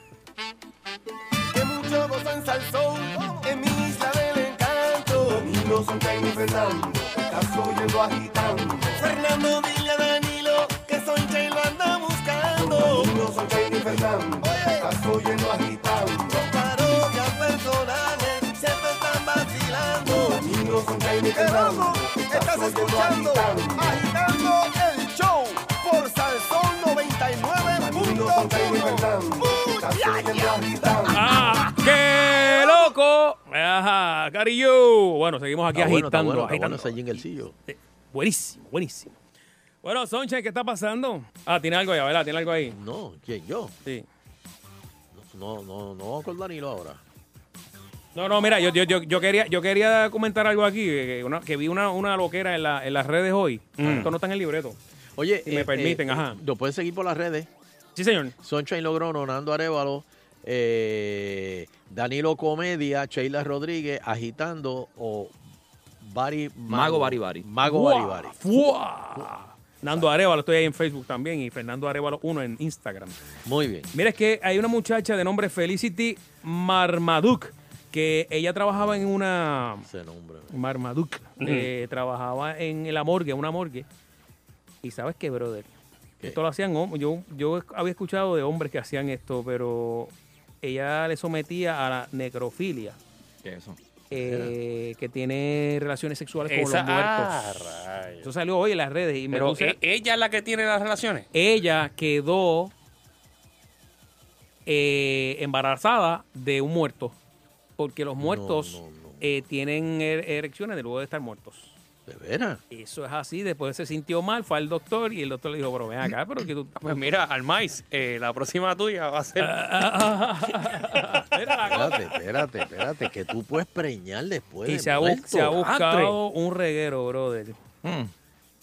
S17: que mucho gozan salsón en mi isla del encanto. Nino son Caín y Fernando, Castro y el agitando. Fernando, dile a Danilo que soy Jay lo anda buscando. Nino son Caín y Fernando, Castro y el agitando. Son parodias personales, siempre están vacilando. Nino son Caín y Fernando, estás escuchando, agitando el show por Salsón 99.1.
S3: ¡Ah! ¡Qué loco! Ajá, Carillo. Bueno, seguimos aquí
S5: Está bueno, está bueno, está
S3: agitando. agitando.
S5: bueno ese jinglecillo.
S3: Buenísimo, buenísimo. Bueno, Sonche, ¿qué está pasando? Ah, tiene algo ahí, ¿verdad? Tiene algo ahí.
S5: No, ¿quién? ¿Yo?
S3: Sí.
S5: No, no, no, con Danilo ahora.
S3: No, no, mira, yo, yo, yo, yo quería, yo quería comentar algo aquí, que, una- que vi una, una loquera en, la- en las redes hoy.
S5: Mm.
S3: Esto no está en el libreto.
S5: Oye, eh,
S3: Si me permiten, ajá.
S5: Este, Lo pueden seguir por las redes.
S3: Sí, señor.
S5: Sunshine Logrono, Nando Arevalo, eh, Danilo Comedia, Sheila Rodríguez, Agitando o Bari
S12: Mago Bari Bari.
S5: Mago
S12: ¡Fua!
S5: Bari Bari.
S3: ¡Fua! Nando Arevalo, estoy ahí en Facebook también y Fernando Arevalo 1 en Instagram.
S5: Muy bien.
S3: Mira, es que hay una muchacha de nombre Felicity Marmaduke, que ella trabajaba en una...
S5: Ese nombre. Mm.
S3: Marmaduke. eh, trabajaba en la morgue, una morgue. Y sabes qué, brother. Esto lo hacían hom- yo Yo había escuchado de hombres que hacían esto, pero ella le sometía a la necrofilia.
S12: ¿Qué es eso?
S3: eh, que tiene relaciones sexuales con
S7: Esa-
S3: los muertos.
S7: ah, rayos.
S3: Eso salió hoy en las redes y me
S7: Pero
S3: puse-
S7: ¿e- ella es la que tiene las relaciones.
S3: ella quedó eh, embarazada de un muerto. Porque los muertos eh, tienen er- erecciones de luego de estar muertos.
S5: ¿De veras?
S3: Eso es así. Después se sintió mal, fue al doctor y el doctor le dijo, pero ven acá, pero que tú...
S7: Pues mira, Almais, eh, la próxima tuya va a ser.
S3: Ah,
S5: Espérate, espérate, espérate, que tú puedes preñar después.
S3: Y
S5: de
S3: se ha, bu-
S5: muerto.
S3: se ha buscado
S5: Atre.
S3: un reguero, brother.
S12: Mm.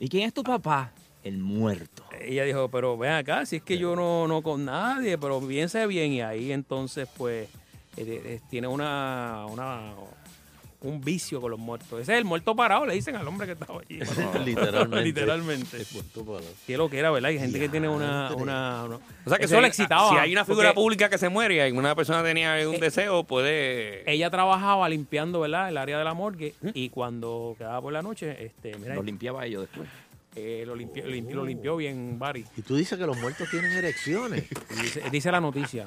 S12: ¿Y quién es tu papá? El muerto.
S3: Ella dijo, pero ven acá, si es que yo no, no con nadie, pero piense bien. Y ahí entonces, pues, eh, eh, tiene una, una- un vicio con los muertos. Ese es el muerto parado, le dicen al hombre que estaba allí.
S5: Literalmente.
S3: Literalmente. Qué lo que era, ¿verdad? Hay gente que tiene una... una, una-
S7: O sea que
S3: Eso
S7: si-
S3: le excitaba.
S7: Si hay una figura
S3: porque
S7: pública que se muere y alguna persona tenía algún deseo, puede.
S3: Eh, Ella trabajaba limpiando, ¿verdad? El área de la morgue. Y cuando quedaba por la noche, este, mira,
S12: Lo limpiaba ellos después.
S3: eh, lo, limpió, lo limpió- lo limpió bien, Barry.
S5: Y tú dices que los muertos tienen erecciones. Ah.
S3: Dice, dice la noticia.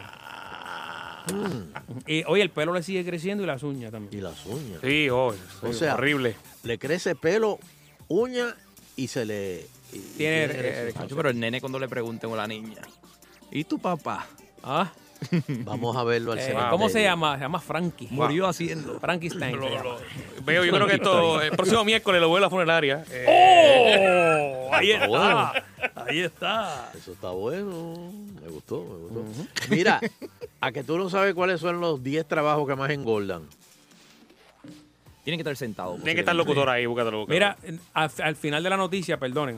S3: Y, oye, el pelo le sigue creciendo y las uñas también.
S5: Y las uñas.
S7: Sí, oh,
S5: O sea,
S7: horrible.
S5: Le crece pelo, uña y se le. y- y
S12: Tiene
S5: erecciones.
S12: Pero el nene cuando le pregunten a la niña. ¿Y tu papá?
S3: Ah.
S5: Vamos a verlo al
S3: Eh,
S5: cementerio.
S3: ¿Cómo se llama? Se llama Frankie.
S12: Murió haciendo.
S3: Frankie Stein. se llama.
S7: Veo, yo creo que esto, el próximo miércoles lo voy a la funeraria.
S3: ¡Oh! Ahí
S5: Está bueno.
S3: está. Ahí está.
S5: Eso está bueno. Me gustó, me gustó. Mira, a que tú no sabes cuáles son los 10 trabajos que más engordan.
S12: Tiene que estar sentado.
S7: Tiene que estar locutor ahí, búscatelo, búscatelo.
S3: Mira, al, al final de la noticia, perdonen.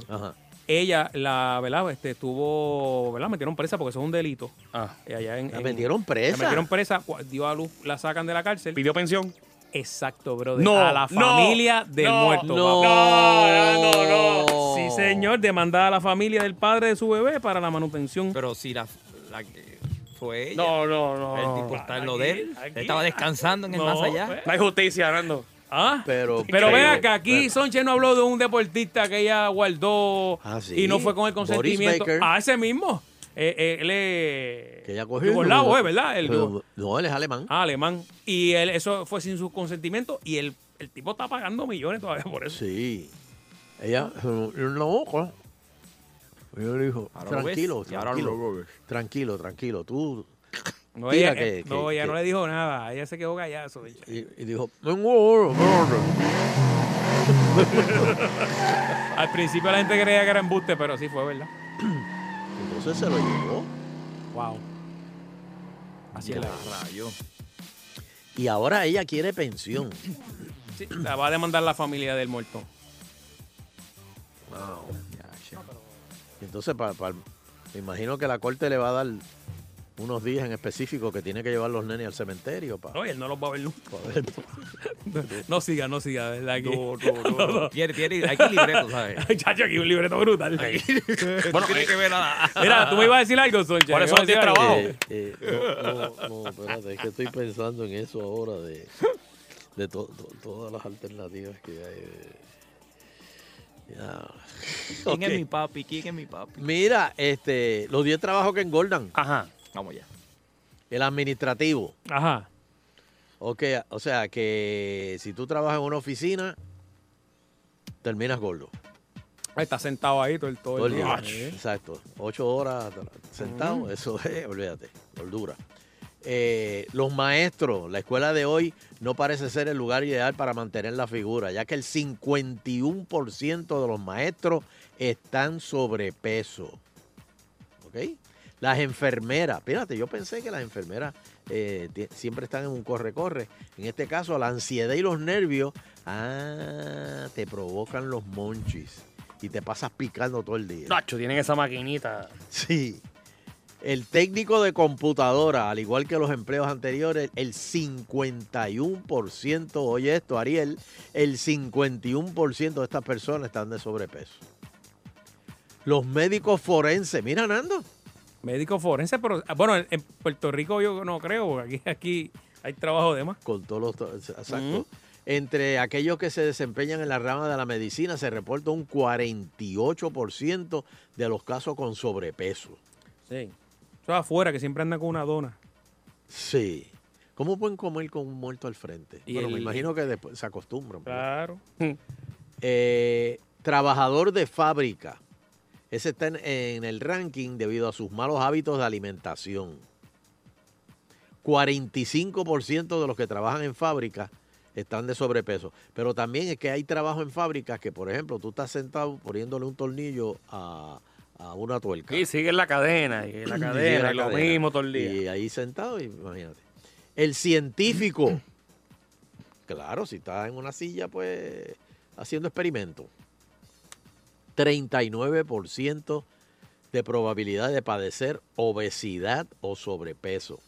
S3: Ella, la, ¿verdad? Este, estuvo, ¿verdad? Metieron presa porque eso es un delito.
S7: Ah.
S3: Eh, allá en-
S12: Ah,
S5: ¿La
S3: en-
S5: metieron presa?
S3: La metieron presa, cua- dio a luz, la sacan de la cárcel.
S7: ¿Pidió pensión?
S3: Exacto, brother.
S7: No,
S3: a la
S7: no,
S3: familia del
S7: no,
S3: muerto.
S7: no,
S3: papá. Sí, señor, demandada a la familia del padre de su bebé para la manutención.
S12: Pero si la, la que fue ella.
S7: No, no, no.
S12: El tipo está en lo de él. Estaba descansando en el más allá.
S7: No hay justicia, Nando.
S3: pues. Ah,
S5: pero,
S3: Pero vean que aquí Sonche no habló de un deportista que ella guardó
S5: Ah, sí.
S3: y no fue con el
S5: Boris
S3: consentimiento.
S5: Baker.
S3: A ese mismo. Eh, eh, él es
S5: Que ella cogió.
S3: yugoslavo, ¿eh? ¿verdad? El-
S5: Pero- no, él es alemán.
S3: ah, alemán. Y él, eso fue sin su consentimiento y el, el tipo está pagando millones todavía por eso.
S5: Sí. Ella, no, co- yo le dijo,
S3: Ahora lo
S5: tranquilo,
S3: ves, y ahora lo
S5: tranquilo, tranquilo, tranquilo, tú.
S3: No,
S5: tira
S3: ella, eh,
S5: que-
S3: no,
S5: que-
S3: ella no
S5: que-
S3: le dijo nada. Ella se quedó callada. eso dicho.
S5: Y, y dijo, vengo oro,
S3: Al principio la gente creía que era embuste, pero sí fue, ¿verdad?
S5: Entonces se lo llevó.
S3: Wow. Así es la
S5: Y ahora ella quiere pensión.
S3: Sí, la va a demandar la familia del muerto.
S5: Wow. Entonces, pa- pa- me imagino que la corte le va a dar unos días en específico que tiene que llevar los nenes al cementerio. Pa.
S3: No, y él no los va a ver nunca. No siga, no siga, ¿verdad? Aquí. No,
S12: no, no. Tiene-
S7: Eh,
S12: tiene- hay que libreto, ¿sabes?
S3: Chacho, aquí un libreto brutal.
S12: Bueno,
S7: eh,
S12: tiene que ver a la-
S3: Mira, tú me ibas a decir algo, Sonche.
S7: ¿Cuáles son los 10
S5: Eh, eh, no, no, no, espérate, es que estoy pensando en eso ahora de, de to- to- todas las alternativas que hay. eh. Ya.
S12: ¿Quién
S5: Ok.
S12: es mi papi? ¿Quién es mi papi?
S5: Mira, este, los 10 trabajos que engordan.
S7: Ajá.
S12: Vamos ya.
S5: El administrativo.
S3: Ajá.
S5: Ok, o sea que si tú trabajas en una oficina, terminas gordo.
S3: Ahí está sentado ahí todo el, todo
S5: Todo el día.
S3: ¿eh?
S5: Exacto. Ocho horas tra- sentado,
S3: Ujú.
S5: eso es, olvídate, gordura. Eh, los maestros, la escuela de hoy no parece ser el lugar ideal para mantener la figura, ya que el 51% de los maestros están sobrepeso. ¿Ok? Las enfermeras, fíjate, yo pensé que las enfermeras eh, ti- siempre están en un corre-corre. En este caso, la ansiedad y los nervios, ah, te provocan los monchis y te pasas picando todo el día.
S7: Nacho, tienen esa maquinita.
S5: Sí. El técnico de computadora, al igual que los empleos anteriores, el 51%, oye esto, Ariel, el 51% de estas personas están de sobrepeso. los médicos forenses. Mira, Nando.
S3: Médico forense, pero ah, bueno, en- en Puerto Rico yo no creo, porque aquí, aquí hay trabajo de más.
S5: Con todos los. Exacto. Entre aquellos que se desempeñan en la rama de la medicina se reporta un 48% de los casos con sobrepeso.
S3: Sí. Eso afuera, que siempre andan con una dona.
S5: Sí. ¿Cómo pueden comer con un muerto al frente?
S3: Y
S5: bueno, me
S3: el-
S5: imagino que después se acostumbran. pues.
S3: Claro.
S5: Eh, trabajador de fábrica. Ese está en, en el ranking debido a sus malos hábitos de alimentación. 45% de los que trabajan en fábrica están de sobrepeso. Pero también es que hay trabajo en fábricas que, por ejemplo, tú estás sentado poniéndole un tornillo a, a una tuerca.
S7: Y sigue en la cadena, y en la
S5: Y
S7: cadena,
S5: sigue la
S7: y lo
S5: cadena.
S7: mismo todo el día.
S5: Y ahí sentado, imagínate. El científico. Claro, si está en una silla, pues haciendo experimentos. 39% de probabilidad de padecer obesidad o sobrepeso.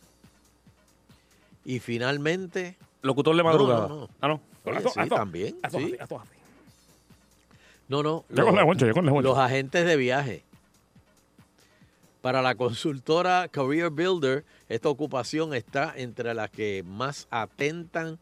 S5: Y finalmente.
S7: Locutor de
S5: No,
S7: madrugada.
S5: no, no.
S7: Ah, no.
S5: Oye,
S7: Ato-
S5: sí,
S7: ato-
S5: también.
S7: ato-
S5: sí.
S7: ato- ato-
S5: No, no.
S7: Yo con la guancha, yo con la guancha.
S5: Los agentes de viaje. Para la consultora Career Builder, esta ocupación está entre las que más atentan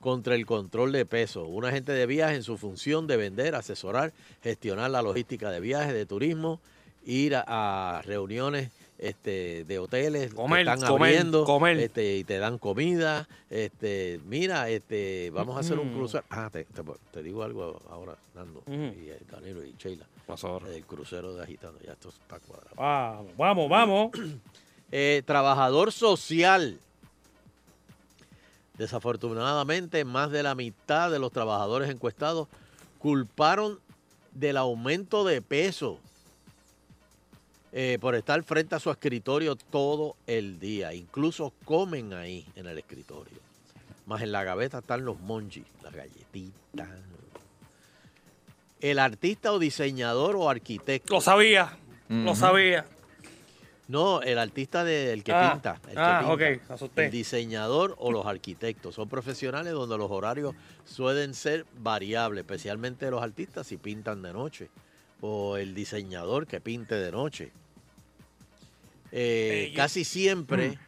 S5: contra el control de peso. Un agente de viaje en su función de vender, asesorar, gestionar la logística de viajes, de turismo, ir a, a reuniones este, de hoteles
S7: Comer,
S5: que están
S7: comer,
S5: abriendo
S7: comer.
S5: Este, y te dan comida. Este, mira, este, vamos a hacer un
S7: Mm.
S5: crucero. Ah, te, te- te digo algo ahora, Nando, y eh, Danilo y Sheila. El crucero de Agitando, ya esto está cuadrado.
S3: Vamos, Ah, vamos, vamos.
S5: Eh, trabajador social. Desafortunadamente, más de la mitad de los trabajadores encuestados culparon del aumento de peso eh, por estar frente a su escritorio todo el día. Incluso comen ahí en el escritorio. Más en la gaveta están los monchis, las galletitas. El artista o diseñador o arquitecto.
S3: Lo sabía, lo sabía.
S5: No, el artista de- el que
S3: Ah,
S5: pinta. El que
S3: ah,
S5: pinta.
S3: ok, me asusté.
S5: El diseñador o los arquitectos. Son profesionales donde los horarios suelen ser variables, especialmente los artistas si pintan de noche. O el diseñador que pinte de noche. Eh,
S18: Eh, yo-
S5: casi
S3: Mm.
S5: siempre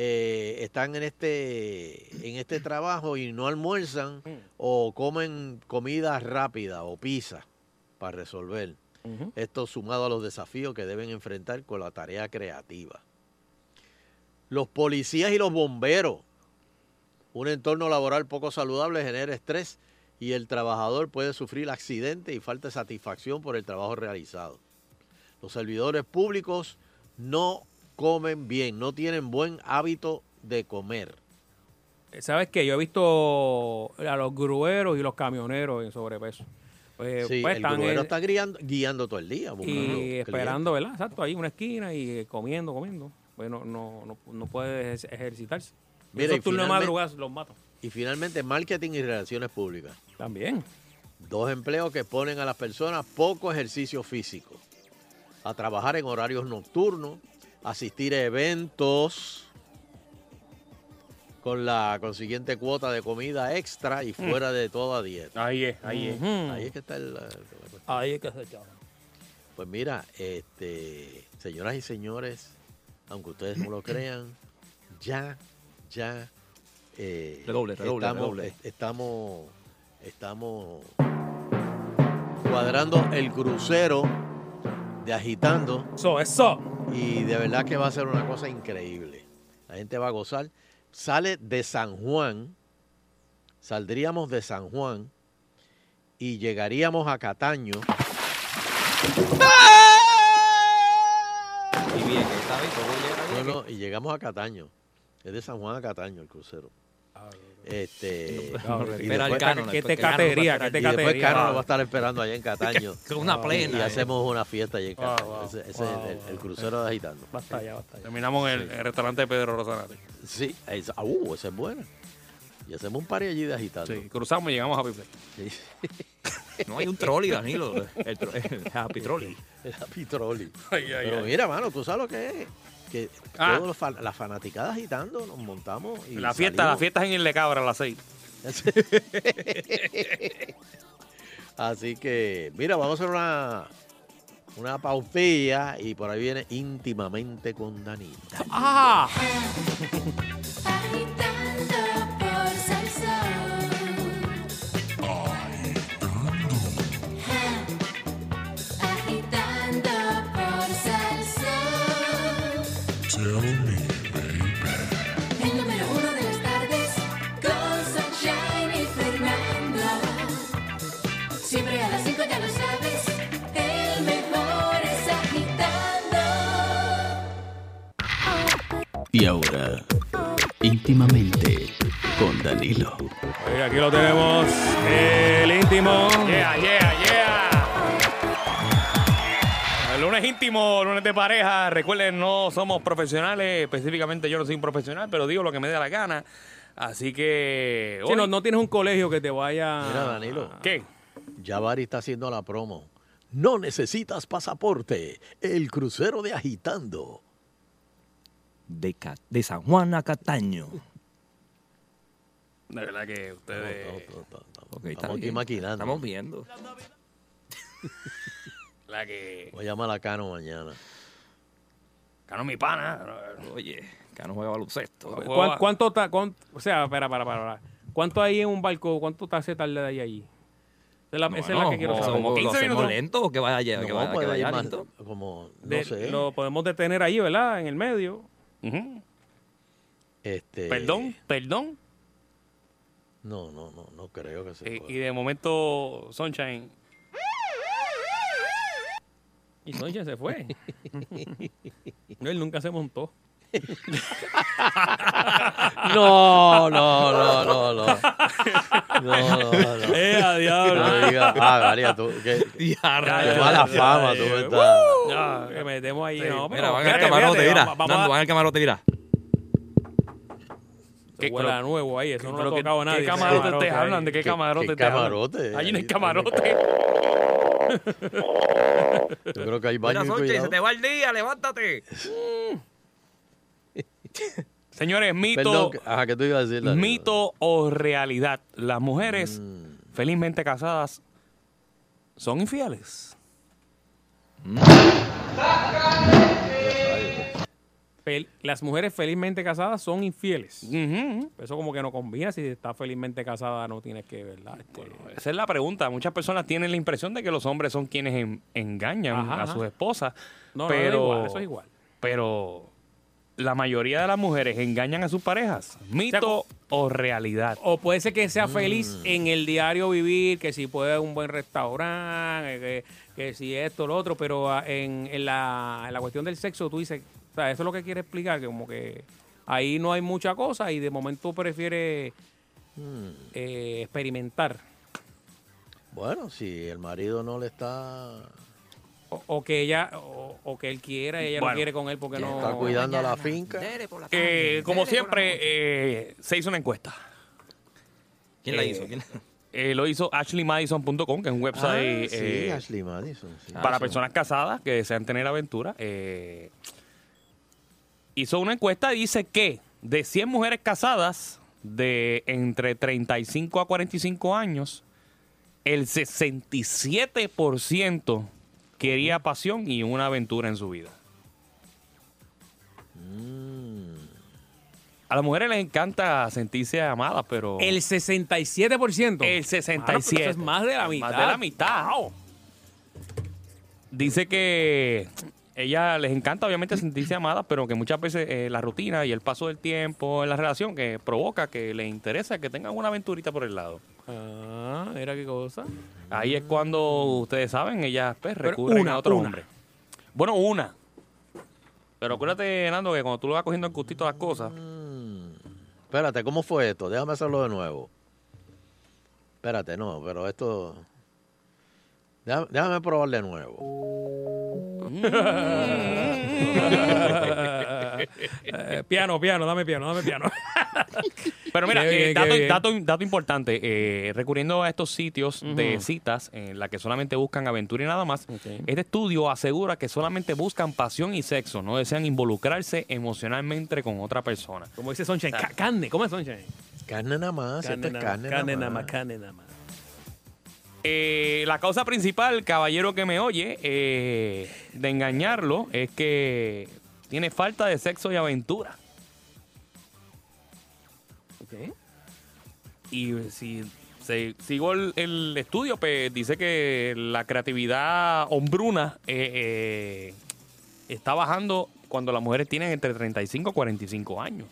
S5: eh, están en este, en este trabajo y no almuerzan
S3: Mm.
S5: o comen comida rápida o pizza para resolver. Esto sumado a los desafíos que deben enfrentar con la tarea creativa. Los policías y los bomberos. Un entorno laboral poco saludable genera estrés y el trabajador puede sufrir accidentes y falta de satisfacción por el trabajo realizado. Los servidores públicos no comen bien, no tienen buen hábito de comer.
S3: ¿Sabes qué? Yo he visto a los grueros y los camioneros en sobrepeso. Pues,
S5: Sí,
S3: pues,
S5: el
S3: están
S5: gruero
S3: en-
S5: está guiando, guiando todo el día. buscando
S3: y esperando, ¿verdad? Exacto, ahí en una esquina y eh, comiendo, comiendo. Pues no, no, no, no puede ejer- ejercitarse.
S5: Mira, y
S3: Esos turnos de
S5: finalmente-
S3: madrugada los matan.
S5: Y finalmente, marketing y relaciones públicas.
S3: También.
S5: Dos empleos que ponen a las personas poco ejercicio físico. A trabajar en horarios nocturnos, asistir a eventos con la consiguiente cuota de comida extra y fuera de toda dieta.
S7: Mm. Ahí es, ahí es.
S5: Ahí es que está el... el-
S3: Ahí es que se echaron.
S5: Pues mira, este, señoras y señores, aunque ustedes no lo crean, ya, ya. eh,
S12: Redoble, redoble,
S5: estamos,
S12: redoble.
S5: est- Estamos, estamos cuadrando el crucero de agitando.
S3: Eso, eso.
S5: Y de verdad que va a ser una cosa increíble. La gente va a gozar. Sale de San Juan, saldríamos de San Juan y llegaríamos a Cataño.
S12: Y bien, que está ahí, todo llega ahí.
S5: No, no, y llegamos a Cataño. Es de San Juan a Cataño el crucero.
S12: Ah,
S5: Este.
S12: No,
S5: y
S12: espera al
S5: después-
S12: Cano,
S5: y
S12: que te
S5: después Cano
S12: catería,
S5: va a
S12: que te
S5: estar- y después
S12: catería.
S5: Cano lo va a estar esperando allá en Cataño.
S12: Que una
S5: Y-
S12: plena,
S5: Y
S12: eh.
S5: hacemos una fiesta allá en
S7: Wow,
S5: Cataño.
S12: Ah,
S7: wow.
S5: ese ese es el- el, el crucero de agitando.
S3: Basta ya, basta
S7: Terminamos en el, el restaurante de Pedro Rosanati.
S5: Sí, esa, ah, uh, esa es buena. Y hacemos un par allí de agitando.
S7: Sí, cruzamos y llegamos a Happy Place.
S12: No hay un trolley, Danilo. El, tro- el happy trolley.
S5: El happy trolley.
S12: Ay, ay,
S5: Pero
S12: ay.
S5: mira, mano, tú sabes lo que es. Que
S7: Ah.
S5: todos los fan- las fanaticadas agitando nos montamos. Y
S7: La fiesta, la
S5: salimos.
S7: fiesta es en el de Cabra a las 6.
S5: Así que, mira, vamos a hacer una, una pautilla y por ahí viene íntimamente con Danilo.
S3: ¡Ah!
S18: Agitando por salsón. El número uno de las tardes con Sunshine y Fernando. Siempre a las cinco ya lo sabes. El mejor es agitando.
S1: Y ahora, íntimamente con Danilo.
S3: Y aquí lo tenemos, el íntimo.
S6: Yeah, yeah, yeah.
S7: El lunes íntimo, lunes de pareja. Recuerden, no somos profesionales. Específicamente yo no soy un profesional, pero digo lo que me dé la gana. Así que...
S3: Sí, no, no tienes un colegio que te vaya.
S5: Mira,
S7: Ah.
S5: Danilo.
S7: ¿Qué?
S5: Javari está haciendo la promo. No necesitas pasaporte. El crucero de Agitando.
S12: De, Ca- de San Juan a Cataño.
S7: De verdad que ustedes...
S12: Ok, está
S5: Estamos aquí
S12: bien.
S5: maquinando.
S12: Estamos viendo.
S7: La que...
S5: Voy a llamar a Cano mañana.
S7: Cano mi pana.
S12: Oye, Cano juega baloncesto.
S3: ¿Cuán- ¿Cuánto ta- cuán- o sea, espera, para, para, para. ¿Cuánto hay en un barco? ¿Cuánto ta- se tarda de ahí a allí? Esa es la, esa es la que quiero saber.
S12: ¿Como 15 minutos? lento o que vaya, que
S5: No,
S12: vaya, que
S5: puede ir
S12: vaya
S5: más-
S12: lento?
S5: como, no
S3: De-
S5: sé.
S3: Lo podemos detener ahí, ¿verdad? En el medio.
S5: Este,
S7: Perdón, perdón.
S5: No, no, no, no creo que se
S7: Y,
S5: pueda.
S7: y de momento, Sunshine.
S3: Y Sonche se fue. no, él nunca se montó.
S5: No, no, no, no, no. No, no, no.
S3: Eh, a diablo.
S5: No digas, ah, María, tú. Qué, qué
S3: ya,
S5: mala
S3: ya,
S5: fama
S3: ya,
S5: tú me
S3: ya.
S5: estás.
S3: No, que metemos ahí. no,
S12: Mira,
S3: pero
S12: van al
S3: espérate,
S12: camarote,
S3: espérate,
S12: mira.
S3: va- va- va-
S12: Nando, van al camarote, mira.
S3: Eso huele a nuevo ahí, eso no lo
S7: pero
S3: ha
S7: qué-
S3: tocado
S7: qué
S3: nadie. ese
S7: camarote te
S3: ahí.
S7: hablan? ¿De qué ¿Qué- camarote qué te hablan? camarote? Allí no hay
S3: camarote.
S5: Yo creo que hay
S12: Mira,
S5: baño
S12: Sonche,
S3: este-
S12: se te va el día, levántate.
S7: Señores, mito.
S5: Perdón, que- ajá, ¿qué tú ibas a decir? Danilo?
S7: Mito o realidad. Las mujeres
S5: Mm.
S7: felizmente casadas son infieles.
S3: Fel- las mujeres felizmente casadas son infieles. Eso como que no combina. Si estás felizmente casada no tienes que, ¿verdad? Este,
S7: Esa es la pregunta. Muchas personas tienen la impresión de que los hombres son quienes en- engañan
S3: Ajá,
S7: a
S3: ajá.
S7: sus esposas.
S3: No, no,
S7: pero,
S3: no, igual, eso es igual.
S7: Pero la mayoría de las mujeres engañan a sus parejas. Mito o realidad.
S3: O puede ser que sea feliz en el diario vivir, que si puede un buen restaurante, que, que si esto, lo otro, pero ah, en, en la, en la cuestión del sexo tú dices, o sea, eso es lo que quiere explicar, que como que ahí no hay mucha cosa y de momento prefiere eh, experimentar.
S5: Bueno, si el marido no le está,
S3: O, o que ella, o, o que él quiera y ella
S7: Bueno.
S3: no quiere con él porque no...
S5: está cuidando a la finca.
S7: Eh, como siempre, eh, se hizo una encuesta.
S12: ¿Quién la hizo? ¿Quién
S7: Eh, lo hizo ashleymadison.com, que es un website
S5: Ah, sí,
S7: eh,
S5: Ashley Madison. sí. Ah,
S7: para
S12: Ah,
S5: Sí.
S7: personas casadas que desean tener aventura. eh, hizo una encuesta y dice que de 100 mujeres casadas de entre 35 a 45 años, el 67% quería pasión y una aventura en su vida.
S5: Mm.
S7: A las mujeres les encanta sentirse amadas, pero...
S3: El 67%.
S7: El 67.
S3: Eso es más de la mitad.
S7: Más de la mitad. Dice que ella les encanta obviamente sentirse amada, pero que muchas veces eh, la rutina y el paso del tiempo en la relación que provoca que les interesa que tengan una aventurita por el lado.
S3: Ah, mira qué cosa.
S7: Ahí es cuando ustedes saben, ellas pues,
S3: Pero
S7: recurren
S3: una,
S7: a otro
S3: una.
S7: hombre. Bueno, una. Pero acuérdate, Nando, que cuando tú le vas cogiendo el gustito a las cosas,
S5: Espérate, ¿cómo fue esto? Déjame hacerlo de nuevo. Espérate, no, pero esto. Déjame, déjame probar de nuevo.
S3: Eh, piano, piano, dame piano, dame piano.
S7: Pero mira,
S3: Qué
S7: eh,
S3: bien, qué
S7: dato,
S3: bien.
S7: dato- dato importante, eh, recurriendo a estos sitios de
S3: Ujú.
S7: citas en la que solamente buscan aventura y nada más, este estudio asegura que solamente buscan pasión y sexo, no desean involucrarse emocionalmente con otra persona.
S3: Como dice Sunshine, ca- carne, ¿cómo es Sunshine?
S5: Carne nada más, esto es carne, nada más.
S3: carne nada más.
S7: Eh, la causa principal, caballero que me oye, eh, de engañarlo es que tiene falta de sexo y aventura. Y si se- sigo el, el estudio, pues dice que la creatividad hombruna eh, eh, está bajando cuando las mujeres tienen entre 35 y 45 años.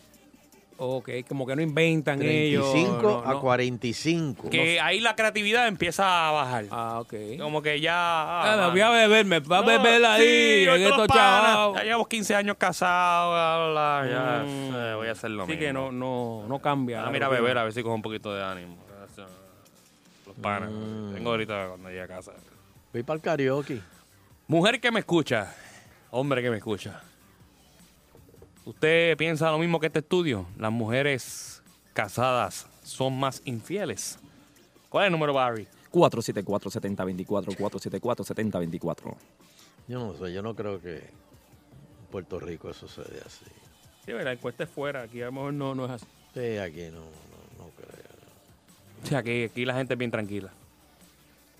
S3: Ok, como que no inventan ellos.
S5: 35
S3: no,
S5: a
S3: no.
S5: 45.
S7: Que ahí la creatividad empieza a bajar.
S3: Ah, ok.
S7: Como que ya. ah,
S3: Ah, me
S7: mano.
S3: voy a beber, me va a
S7: No,
S3: beber ahí.
S7: sí, voy
S3: en
S7: con los
S3: estos
S7: panas.
S3: chavos.
S7: Ya llevamos 15 años casados, bla, bla, bla, ya,
S3: Mm.
S7: eh, voy a hacer lo
S3: Así
S7: mismo.
S3: que no, no, no cambia.
S7: Ah,
S3: la
S7: mira,
S3: rutina.
S7: beber, a ver si cojo un poquito de ánimo. Los panas.
S3: Mm.
S7: Tengo ahorita cuando llegue a casa.
S5: Voy para el karaoke.
S7: Mujer que me escucha, hombre que me escucha. ¿Usted piensa lo mismo que este estudio? ¿Las mujeres casadas son más infieles? ¿Cuál es el número, Barry?
S19: 474-7024, 474-7024.
S5: Yo no sé, yo no creo que en Puerto Rico eso se dé así.
S3: Sí, la encuesta es fuera. Aquí a lo mejor no, no es así.
S5: Sí, aquí no, no, no creo.
S7: O sea, aquí, aquí la gente es bien tranquila.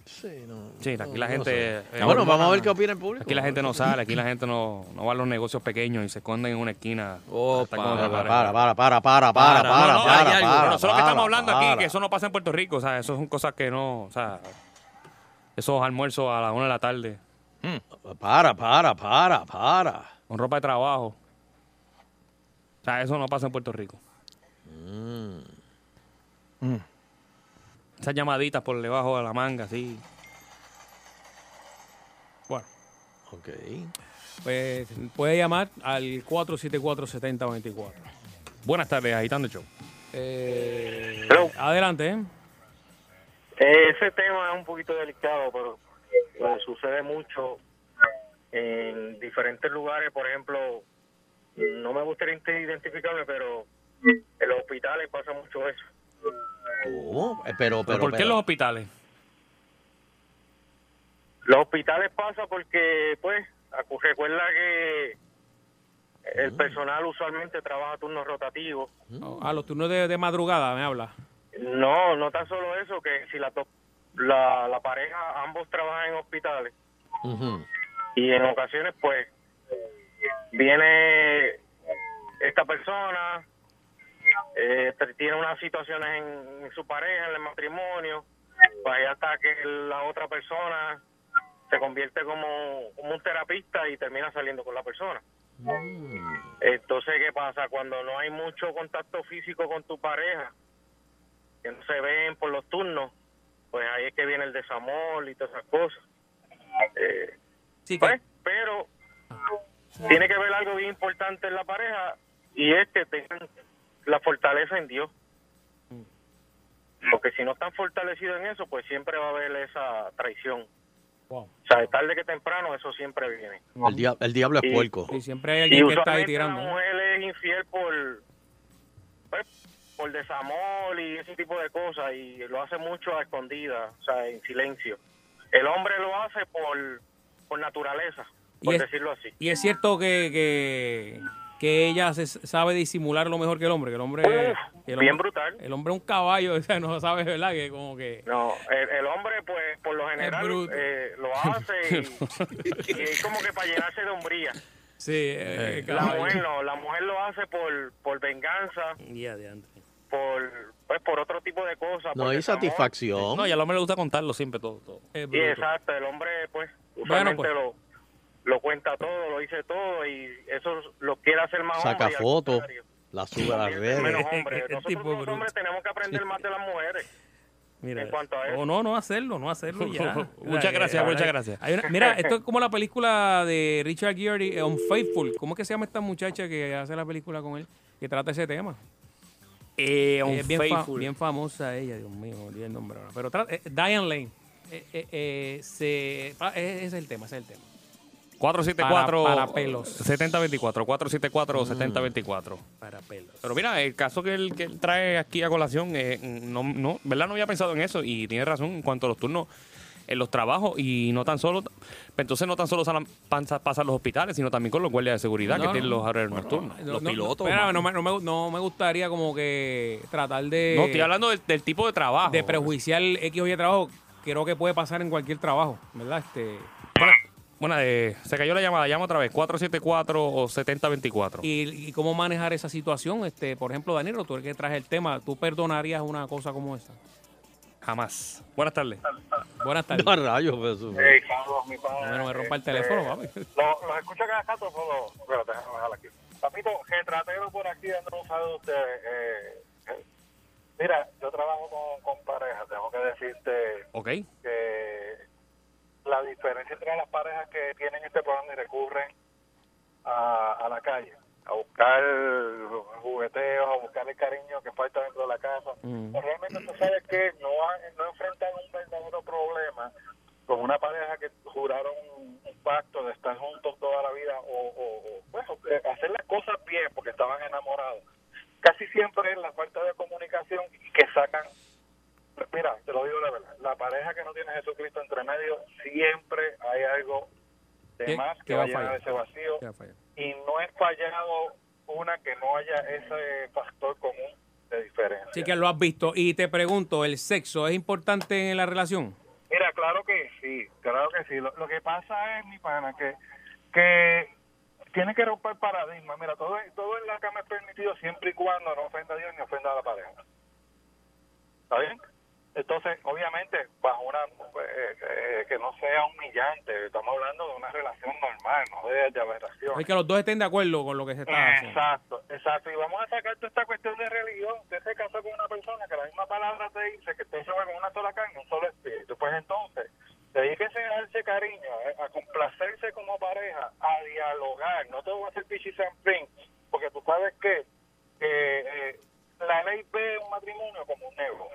S5: Sí, no.
S7: Sí, aquí
S5: no,
S7: la
S5: no
S7: gente.
S5: sé.
S7: eh,
S5: bueno, vamos a ver
S7: no.
S5: qué opina el público.
S7: Aquí la gente no sale, aquí la gente no, no va a los negocios pequeños y se esconden en una esquina. Hasta con otra
S5: Para,
S7: pareja.
S5: para, para, para, para, para,
S7: No,
S5: para,
S7: no, no,
S5: para,
S7: hay algo.
S5: para,
S7: Nosotros
S5: para,
S7: que estamos hablando
S5: para.
S7: aquí, que eso no pasa en Puerto Rico, o sea, eso son cosas que no. O sea, esos almuerzos a las una de la tarde.
S5: Hmm. Para, para, para, para.
S7: Con ropa de trabajo. O sea, eso no pasa en Puerto Rico.
S5: Mm.
S7: Esas llamaditas por debajo de la manga, así. Bueno.
S5: Ok.
S3: Pues puede llamar al 474-7024.
S7: Buenas tardes, Agitando el Show.
S3: Eh, adelante. ¿eh?
S5: ¿Mm?
S20: Eh, Ese tema es un poquito delicado, pero eh, sucede mucho en diferentes lugares. Por ejemplo, no me gustaría inte- identificarme, pero en los hospitales pasa mucho eso.
S7: Oh.
S5: ¿Cómo? Eh, Pero, pero,
S7: ¿Pero por qué
S5: pero-
S7: los hospitales?
S20: Los hospitales pasa porque, pues, acu- recuerda que el personal usualmente trabaja turnos rotativos.
S3: A los turnos de, de madrugada, me habla.
S20: No, no tan solo eso, que si la, to- la, la pareja, ambos trabajan en hospitales. y en ocasiones pues viene esta persona eh, te- tiene unas situaciones en, en su pareja en el matrimonio pues ahí hasta que la otra persona se convierte como, como un terapista y termina saliendo con la persona entonces qué pasa cuando no hay mucho contacto físico con tu pareja que no se ven por los turnos pues ahí es que viene el desamor y todas esas cosas Eh, pues, pero tiene que ver algo bien importante en la pareja y es que tengan la fortaleza en Dios. Porque si no están fortalecidos en eso, pues siempre va a haber esa traición. O sea, de tarde que temprano eso siempre viene.
S5: El, dia- el diablo es puerco.
S3: Sí, siempre hay
S20: Y
S3: alguien que está ahí
S20: usualmente la
S3: tirando. ¿eh?
S20: mujer es infiel por pues, por desamor y ese tipo de cosas y lo hace mucho a escondidas, o sea, en silencio. El hombre lo hace por, por naturaleza, por
S3: es-
S20: decirlo así.
S3: Y es cierto que, que, que ella se sabe disimular lo mejor que el hombre, que el hombre, que el hombre-
S20: bien brutal.
S3: El hombre es un caballo, o sea, no sabe, ¿verdad? Que como que
S20: No, el, el hombre, pues, por lo general, eh, lo hace y, y es como que para llenarse de hombría.
S3: sí, eh,
S20: La
S3: caballo.
S20: mujer no, la mujer lo hace por, por venganza, por, pues, por otro tipo de cosas.
S5: No
S20: por
S5: hay
S20: desamor.
S5: satisfacción.
S7: No, y al hombre le gusta contarlo siempre todo. todo.
S3: Eh,
S20: Sí, exacto, el hombre, pues,
S7: Bueno,
S20: usualmente
S7: pues.
S20: lo, lo cuenta todo, lo dice todo y eso lo quiere hacer más
S5: Saca
S20: hombre. y al
S5: fotos,
S20: contrario,
S5: la sube a las
S20: Menos
S5: redes.
S20: hombre. Nosotros los hombres tenemos que aprender más de las mujeres.
S3: Mira,
S20: en cuanto a eso.
S3: o no, no hacerlo, no hacerlo ya.
S7: Muchas gracias,
S3: hay-
S7: muchas gracias.
S3: hay una- mira, esto es como la película de Richard Gere, eh, Unfaithful. ¿Cómo es que se llama esta muchacha que hace la película con él, que trata ese tema?
S7: Eh,
S3: Ella es bien, fa-
S7: Unfaithful.
S3: bien famosa ella, Dios mío, me olvidé el nombre ahora. Pero tra- eh, Diane Lane. Eh, eh, eh, se, pa- eh, ese es el tema, ese es el tema.
S7: 474
S3: Para- para pelos.
S7: 7024
S5: Mm.
S7: 474 7024
S3: Para pelos.
S7: Pero mira, el caso que él, que él trae aquí a colación, eh, no, no, ¿verdad? No había pensado en eso y tiene razón en cuanto a los turnos en los trabajos y no tan solo, entonces no tan solo sal- panza- pasan los hospitales, sino también con los guardias de seguridad
S3: No,
S7: que
S3: no.
S7: tienen los horarios nocturnos.
S3: No, no, espérame, No, me- no, me, no me gustaría como que tratar de...
S7: No, estoy hablando del, del tipo de trabajo.
S3: de prejuiciar X o Y trabajo. creo que puede pasar en cualquier trabajo, ¿verdad? Este,
S7: Bueno, eh, se cayó la llamada, llama otra vez, 474 o 7024.
S3: y, y cómo manejar esa situación, este, por ejemplo, Danilo, tú eres que traes el tema, ¿tú perdonarías una cosa como esa?
S7: Jamás. Buenas tardes.
S3: Buenas tardes.
S5: No, rayos, pues, eso fue.
S15: Hey, Carlos, mi padre.
S3: Bueno, me rompa el teléfono, papi.
S15: Los lo escucho cada rato, pero... Espérate, déjame dejarlo aquí. Papito, retratero por aquí, dando un saludo a ustedes. Eh, eh, mira, yo trabajo con, con parejas, tengo que decirte...
S7: Ok.
S15: que la diferencia entre las parejas que tienen este programa y recurren a, a la calle, a buscar jugueteos, a buscar el cariño que falta dentro de la casa, pues realmente tú sabes que no, ha- no enfrentan un verdadero problema con una pareja que juraron un, un pacto de estar juntos toda la vida o, o- o, bueno, eh, hacer las cosas bien porque estaban enamorados. Casi siempre es la falta de comunicación que sacan pues Mira, te lo digo la verdad. La pareja que no tiene a Jesucristo entre medio, siempre hay algo de
S3: ¿Qué-
S15: más
S3: qué
S15: que
S3: va
S15: va
S3: a
S15: a llenar
S3: fallar?
S15: ese vacío.
S3: ¿Qué va a fallar?
S15: Y no es fallado una que no haya ese factor común de diferencia.
S3: Sí que lo has visto. Y te pregunto, ¿el sexo es importante en la relación?
S15: Mira, claro que sí, claro que sí. Lo, lo que pasa es, mi pana, que, que tiene que romper paradigma. Mira, todo, todo en la cama es permitido siempre y cuando no ofenda a Dios ni ofenda a la pareja. ¿Está bien? Entonces, obviamente, bajo una eh, eh, que no sea humillante, estamos hablando de una relación normal, no de, de aberración.
S3: Es que los dos estén de acuerdo con lo que se está haciendo.
S15: Exacto, exacto. Y vamos a sacar toda esta cuestión de religión. Usted se casó con una persona que la misma palabra te dice que usted se va con una sola carne, un solo espíritu. Pues entonces, dedíquese a darse cariño, eh, a, a complacerse como pareja, a dialogar. No todo va a ser pichisampín, porque tú sabes que que, eh, la ley ve un matrimonio como un negocio.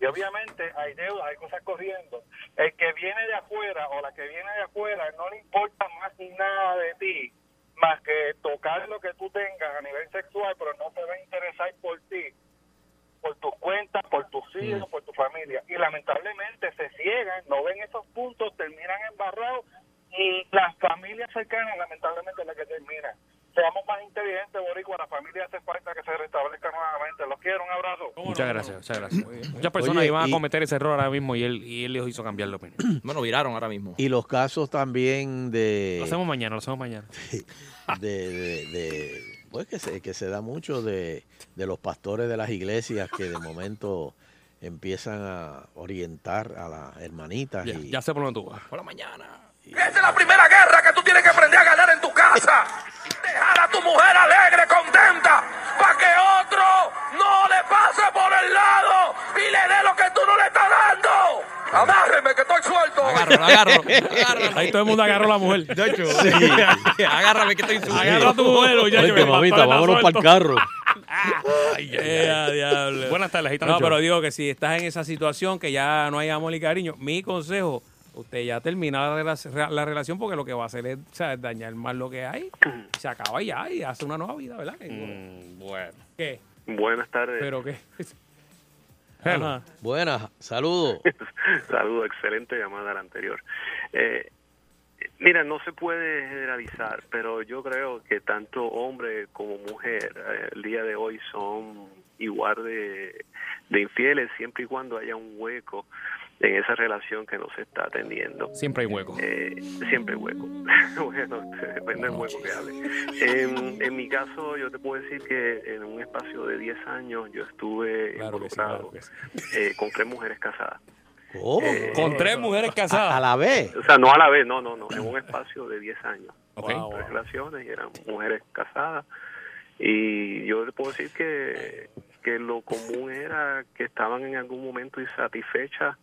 S15: Y obviamente hay deudas, hay cosas corriendo. El que viene de afuera o la que viene de afuera no le importa más nada de ti más que tocar lo que tú tengas a nivel sexual, pero no se va a interesar por ti, por tus cuentas, por tus
S7: Mm.
S15: hijos, por tu familia. Y lamentablemente se ciegan, no ven esos puntos, terminan embarrados y las familias cercanas lamentablemente es la que termina. Seamos más inteligentes, Boricua, la familia hace falta que se restablezca nuevamente. Los quiero, un abrazo.
S7: Muchas gracias, muchas gracias. Muchas personas
S5: Oye,
S7: iban a
S5: y-
S7: cometer ese error ahora mismo y él, y él les hizo cambiar de opinión.
S12: bueno, viraron ahora mismo.
S5: Y los casos también de...
S7: Lo hacemos mañana, lo hacemos mañana.
S5: de, de- de- pues que se, que se da mucho de, de los pastores de las iglesias que de momento empiezan a orientar a las hermanitas
S7: Ya,
S5: y
S7: ya sé por dónde tú vas.
S12: Por la mañana.
S17: Esa es la primera guerra que tú tienes que aprender a ganar en tu casa. Dejar a tu mujer alegre, contenta, para que otro no le pase por el lado y le dé lo que tú no le estás dando. Amárreme que estoy suelto.
S12: Agárralo, agárralo, agárralo.
S3: Ahí todo el mundo agarró a la mujer.
S12: De hecho, agárrame que estoy suelto.
S3: Agarra a tu mujer, ya
S12: Vente, mamita, vámonos
S3: para el
S5: carro.
S3: Buenas tardes,
S7: Gitano
S3: Eh, No,
S7: Show.
S3: pero digo que si estás en esa situación que ya no hay amor y cariño, mi consejo, usted ya termina la, relac- la relación porque lo que va a hacer es o sea, dañar más lo que hay. Se acaba ya y hace una nueva vida, ¿verdad?
S7: bueno.
S3: ¿Qué?
S21: Buenas tardes.
S3: ¿Pero qué?
S5: Ajá. Buenas, saludos.
S21: Saludos, excelente llamada la anterior. Eh, mira, no se puede generalizar, pero yo creo que tanto hombre como mujer eh, el día de hoy son igual de, de infieles siempre y cuando haya un hueco en esa relación que no se está atendiendo.
S7: Siempre hay hueco.
S21: Eh, siempre hueco. bueno, depende del hueco que hable. Em, En, en mi caso, yo te puedo decir que en un espacio de 10 años yo estuve involucrado eh, con tres mujeres casadas.
S5: ¿Cómo?
S21: Eh,
S7: Con tres mujeres casadas.
S5: Oh, A la vez.
S21: O sea, no a la vez, no, no, no. En un espacio de 10 años.
S7: Ok.
S21: Wow. Tres relaciones y eran mujeres casadas. Y yo le puedo decir que, que lo común era que estaban en algún momento insatisfechas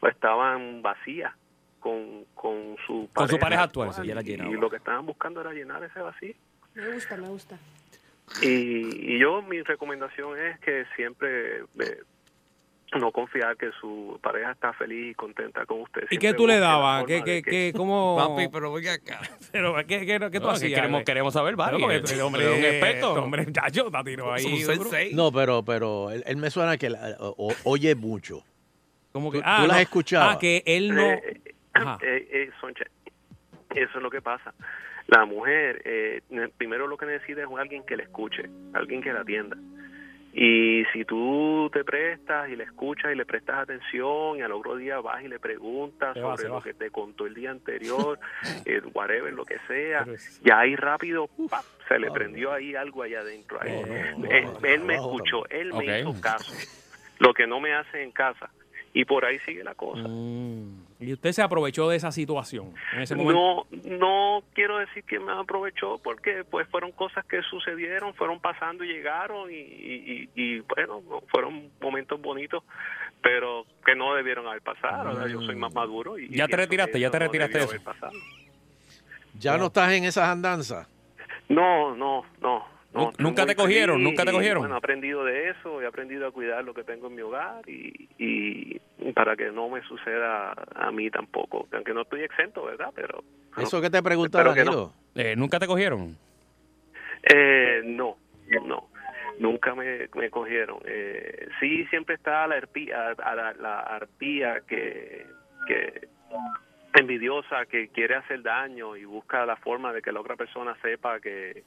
S21: o estaban vacías con, con su pareja.
S7: Con su pareja actual, sí, ya la
S21: y,
S7: llenaba.
S21: lo que estaban buscando era llenar ese vacío.
S22: Me gusta, me gusta.
S21: Y, y yo, mi recomendación es que siempre... eh, no confiar que su pareja está feliz y contenta con usted.
S3: ¿Y qué
S21: Siempre
S3: tú le
S21: busque la
S3: dabas?
S21: forma
S3: ¿Qué,
S21: de
S3: qué,
S21: que-
S3: qué, cómo?
S21: Papi,
S3: pero voy acá. Pero, ¿qué, qué, qué tú
S7: No,
S3: hacías?
S7: que queremos- Pues queremos saber, Barry.
S3: No, porque
S7: Este
S3: el hombre
S7: hombre es un
S3: eh,
S7: experto.
S3: este hombre, ya yo te tiro ahí.
S7: Es un
S3: duro.
S5: No, pero, pero él, él me suena que la- o- oye mucho.
S3: ¿Cómo
S5: que? Tú,
S3: Ah,
S5: tú las
S3: no.
S5: escuchabas.
S3: Ah, que él no...
S21: Eh, Eh, eh, Soncha, eso es lo que pasa. La mujer, eh, ne- primero lo que necesita es un- alguien que la escuche, alguien que la atienda. Y si tú te prestas y le escuchas y le prestas atención y al otro día vas y le preguntas
S4: Se va,
S21: sobre
S4: se
S21: lo
S4: va.
S21: que te contó el día anterior, eh, whatever, lo que sea, y ahí rápido ¡pap! se
S3: ah,
S21: le prendió ahí algo allá adentro. ahí. él, él me escuchó, él me
S4: Ok.
S21: hizo caso, lo que no me hace en casa. Y por ahí sigue la cosa.
S3: Mm. Y usted se aprovechó de esa situación en ese momento.
S21: No, no quiero decir que me aprovechó porque pues fueron cosas que sucedieron, fueron pasando y llegaron y, y- y- y, bueno, fueron momentos bonitos, pero que no debieron haber pasado. ¿verdad? Yo soy más maduro. Y,
S7: Mm. Ya te retiraste, ya te retiraste de eso.
S5: Ya no estás en esas andanzas.
S21: No, no, no. no.
S7: Nu- nunca te
S21: Estoy muy
S7: cogieron,
S21: feliz
S7: nunca te
S21: y,
S7: cogieron.
S21: Bueno, he aprendido de eso, he aprendido a cuidar lo que tengo en mi hogar y, y para que no me suceda a mí tampoco, aunque no estoy exento, ¿verdad? Pero
S5: Eso que te preguntaba,
S21: Espero que
S5: Danilo.
S7: Eh, ¿Nunca te cogieron?
S21: Eh, no, no. Nunca me, me cogieron. Eh, sí, siempre está la arpía, a la, la arpía que, que envidiosa, que quiere hacer daño y busca la forma de que la otra persona sepa que,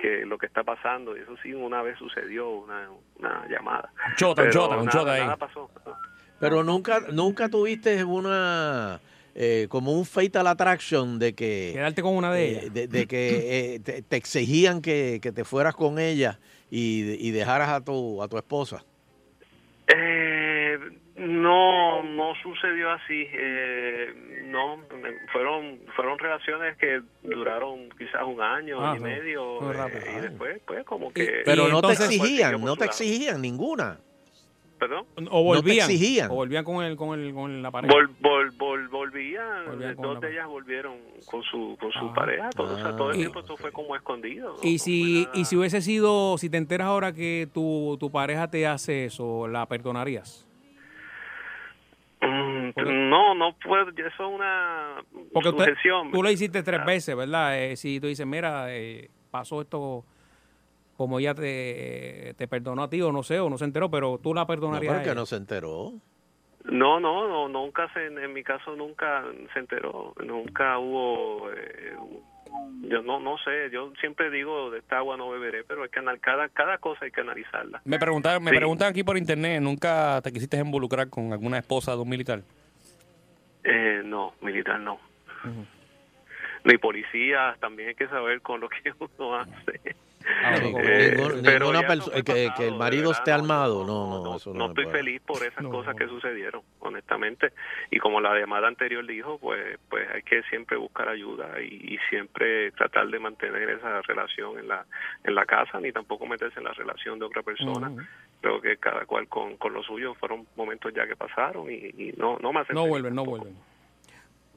S21: que lo que está pasando. Y eso sí, una vez sucedió una, una llamada.
S5: Chota, un
S21: Pero
S5: chota, un
S21: nada,
S5: chota ahí.
S21: nada pasó.
S5: Pero nunca, nunca tuviste una eh, como un fatal attraction de que
S3: quedarte con una
S5: de ellas, de, que eh, te, te exigían que, que te fueras con ella y, y dejaras a tu a tu esposa.
S21: Eh, no, no sucedió así. Eh, no, me- fueron fueron relaciones que duraron quizás un año
S5: Ah,
S21: y
S5: no,
S21: medio
S5: muy
S21: eh,
S5: rápido.
S21: y después, pues como que.
S5: Pero
S21: y
S5: no
S21: entonces,
S5: te
S21: pues,
S5: exigían,
S21: siguió
S5: no
S21: por
S5: te
S21: su lado.
S5: exigían ninguna.
S21: Perdón.
S3: O volvían.
S5: No te exigían.
S3: O volvían con, el, con, el, con la pareja.
S21: Vol- vol- vol- volvían,
S3: Volvían con
S21: dos
S3: la Ah.
S21: de ellas volvieron con su con
S7: Ah,
S21: su pareja, todo, o sea, todo el tiempo esto fue como escondido.
S3: y si y si hubiese sido, si te enteras ahora que tu, tu pareja te hace eso, ¿la perdonarías?
S21: Mm, No, no puedo, eso es una
S3: Porque usted-
S21: sujeción.
S3: tú lo hiciste tres veces, ¿verdad? Eh, si tú dices, mira, eh, pasó esto como ella te, te perdonó a ti, o no sé, o no se enteró, pero tú la perdonarías.
S21: No, porque no
S5: se enteró.
S21: No, no, no, nunca se, en mi caso nunca se enteró, nunca hubo, eh, yo no, no sé, yo siempre digo de esta agua no beberé, pero hay que anal- cada, cada cosa hay que analizarla.
S7: Me preguntaron, me
S21: Sí.
S7: preguntan aquí por internet, ¿nunca te quisiste involucrar con alguna esposa de un militar?
S21: Eh, no, militar no. Ni policías, también hay que saber con lo que uno
S7: Ah.
S21: hace.
S5: Sí, con
S21: Eh,
S5: ningún-
S21: pero
S5: ninguna
S21: ya
S5: perso- que, que el marido esté armado, no, no, eso no,
S21: no
S5: se
S21: estoy
S5: puede.
S21: feliz por esas cosas que sucedieron, honestamente. Y como la llamada anterior dijo, pues, pues hay que siempre buscar ayuda y, y siempre tratar de mantener esa relación en la, en la casa, ni tampoco meterse en la relación de otra persona. Creo que cada cual con, con lo suyo fueron momentos ya que pasaron y, y no, no me hacen
S3: No
S21: feliz.
S3: vuelven, no vuelven.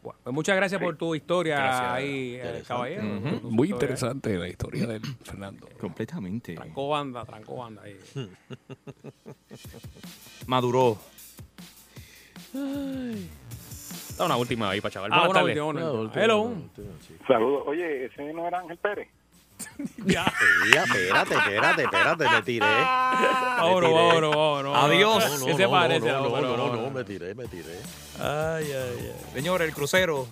S3: Bueno, pues muchas gracias por tu historia
S21: Gracias.
S3: ahí, eh, caballero. Por tu
S6: Muy
S3: historia. eh.
S6: interesante la historia de Fernando.
S19: Completamente.
S3: Trancó banda, trancó banda ahí.
S12: Maduró.
S7: Da una última ahí para chaval.
S3: Ah,
S7: Buenas
S3: una
S7: tardes.
S3: última, una última. Hello.
S15: Saludos. Oye, ese no era Ángel Pérez.
S5: Ya, espérate, espérate, espérate, me tiré.
S3: Vámonos, vámonos, vámonos.
S12: Adiós.
S5: No, no,
S12: Ese
S5: no,
S12: parece,
S5: No, no,
S12: vámonos,
S5: no, no,
S12: vámonos.
S5: no, me tiré, me tiré.
S12: Ay, ay, ay. Señor, el crucero.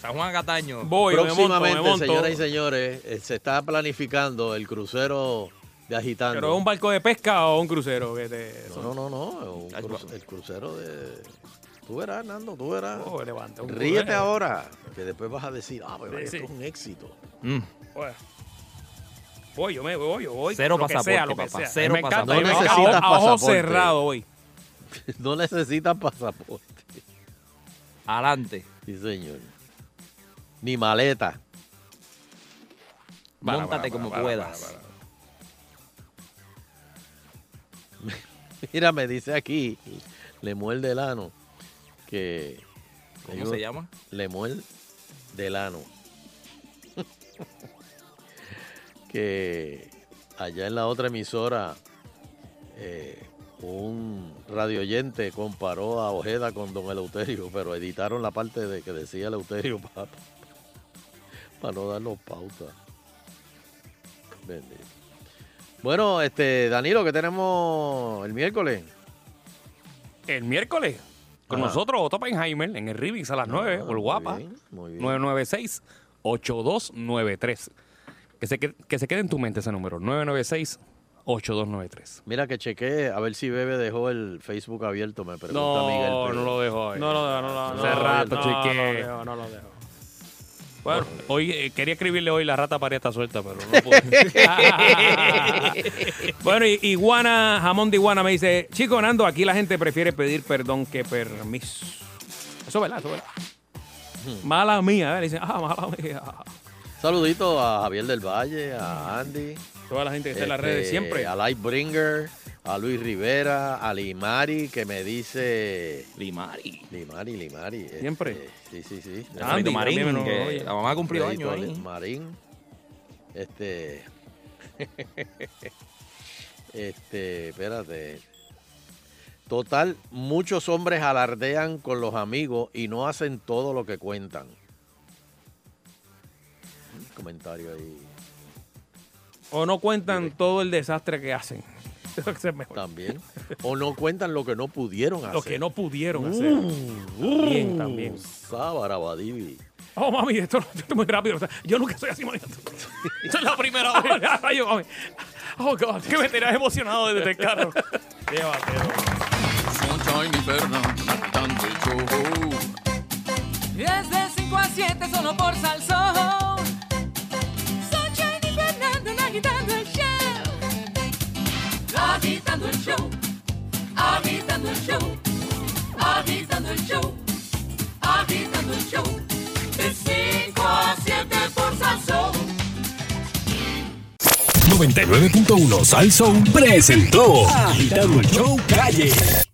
S12: San Juan Cataño.
S5: Próximamente, señoras y señores, eh, se está planificando el crucero de Agitando.
S3: ¿Pero es un barco de pesca o un crucero? Que te...
S5: No, no, no, no, un cruce- el crucero de... Tú verás, Nando, tú verás.
S3: Oh, un
S5: Ríete
S3: crucero.
S5: ahora, que después vas a decir, ah, pues
S3: Sí,
S5: esto
S3: sí.
S5: es un éxito.
S3: Bueno. Voy, yo me voy, yo voy.
S5: Cero
S3: lo que
S5: pasaporte,
S3: sea, lo que
S5: papá,
S3: sea.
S5: cero
S3: me encanta,
S5: pasaporte.
S3: me
S5: No
S3: encanta.
S5: necesitas
S3: a, a ojo
S5: pasaporte.
S3: cerrado hoy.
S5: No necesitas pasaporte.
S12: Adelante.
S5: Sí, señor. Ni maleta.
S12: Para, Móntate para, como para, puedas. para,
S5: Mira, me dice aquí, Lemuel Delano, que...
S12: ¿Cómo se llama?
S5: Lemuel Delano. que allá en la otra emisora, eh, un radio oyente comparó a Ojeda con Don Eleuterio, pero editaron la parte de que decía Eleuterio para no darnos pauta. Bendito. Bueno, este, Danilo, que tenemos el miércoles.
S7: El miércoles, con
S5: Ajá.
S7: nosotros, Otto Oppenheimer, en el Rivix a las 9, por guapa. 996-8293. Que se, que, que se quede en tu mente ese número, 996 8293.
S5: Mira que chequeé a ver si Bebe dejó el Facebook abierto, me pregunta
S7: No,
S5: Miguel.
S7: no lo dejó ahí.
S3: No lo dejo, no lo
S7: Hace
S3: no lo-
S7: rato,
S3: no,
S7: chequeé.
S3: No lo dejo, no lo dejo.
S7: Bueno, hoy eh, quería escribirle hoy la rata para esta suelta, pero no pude.
S3: bueno, y- iguana, jamón de iguana me dice, chico Nando, aquí la gente prefiere pedir perdón que permiso. Eso es verdad, eso es verdad. Mala mía, a ver, dicen, ah, mala mía.
S5: Saludito a Javier del Valle, a Andy. este,
S3: Toda la gente que está en las redes siempre.
S5: A Lightbringer, a Luis Rivera, a Limari, que me dice.
S7: Limari.
S5: Limari, Limari.
S3: Siempre.
S5: este, sí, sí, sí.
S23: Andy Alfredo Marín, también me lo- que oye. la mamá cumplió
S5: Alfredito
S23: años,
S5: Ale-
S23: ¿eh?
S5: Marín. Este. este, espérate. Total, muchos hombres alardean con los amigos y no hacen todo lo que cuentan. Un comentario ahí.
S3: O no cuentan todo el desastre que hacen. Eso es mejor.
S5: También. O no cuentan lo que no pudieron hacer. Uh,
S3: Lo que no pudieron hacer. También, también.
S5: Sábarabadibi.
S3: Oh, mami, esto, esto es muy rápido. O sea, yo nunca soy así, mami. Esa es la primera vez. Rayo, mami. Oh, God. Que me tenías emocionado desde el carro.
S24: Sunshine y Fernando el show.
S2: Desde 5 a 7 solo por Salsón. Sunshine y Fernando en agitando el show.
S18: Agitando el show, agitando el show, agitando el show, agitando el show, de 5 a 7 por Salsón.
S25: 99.1 Sal Soul presentó Agitando el Show Calle.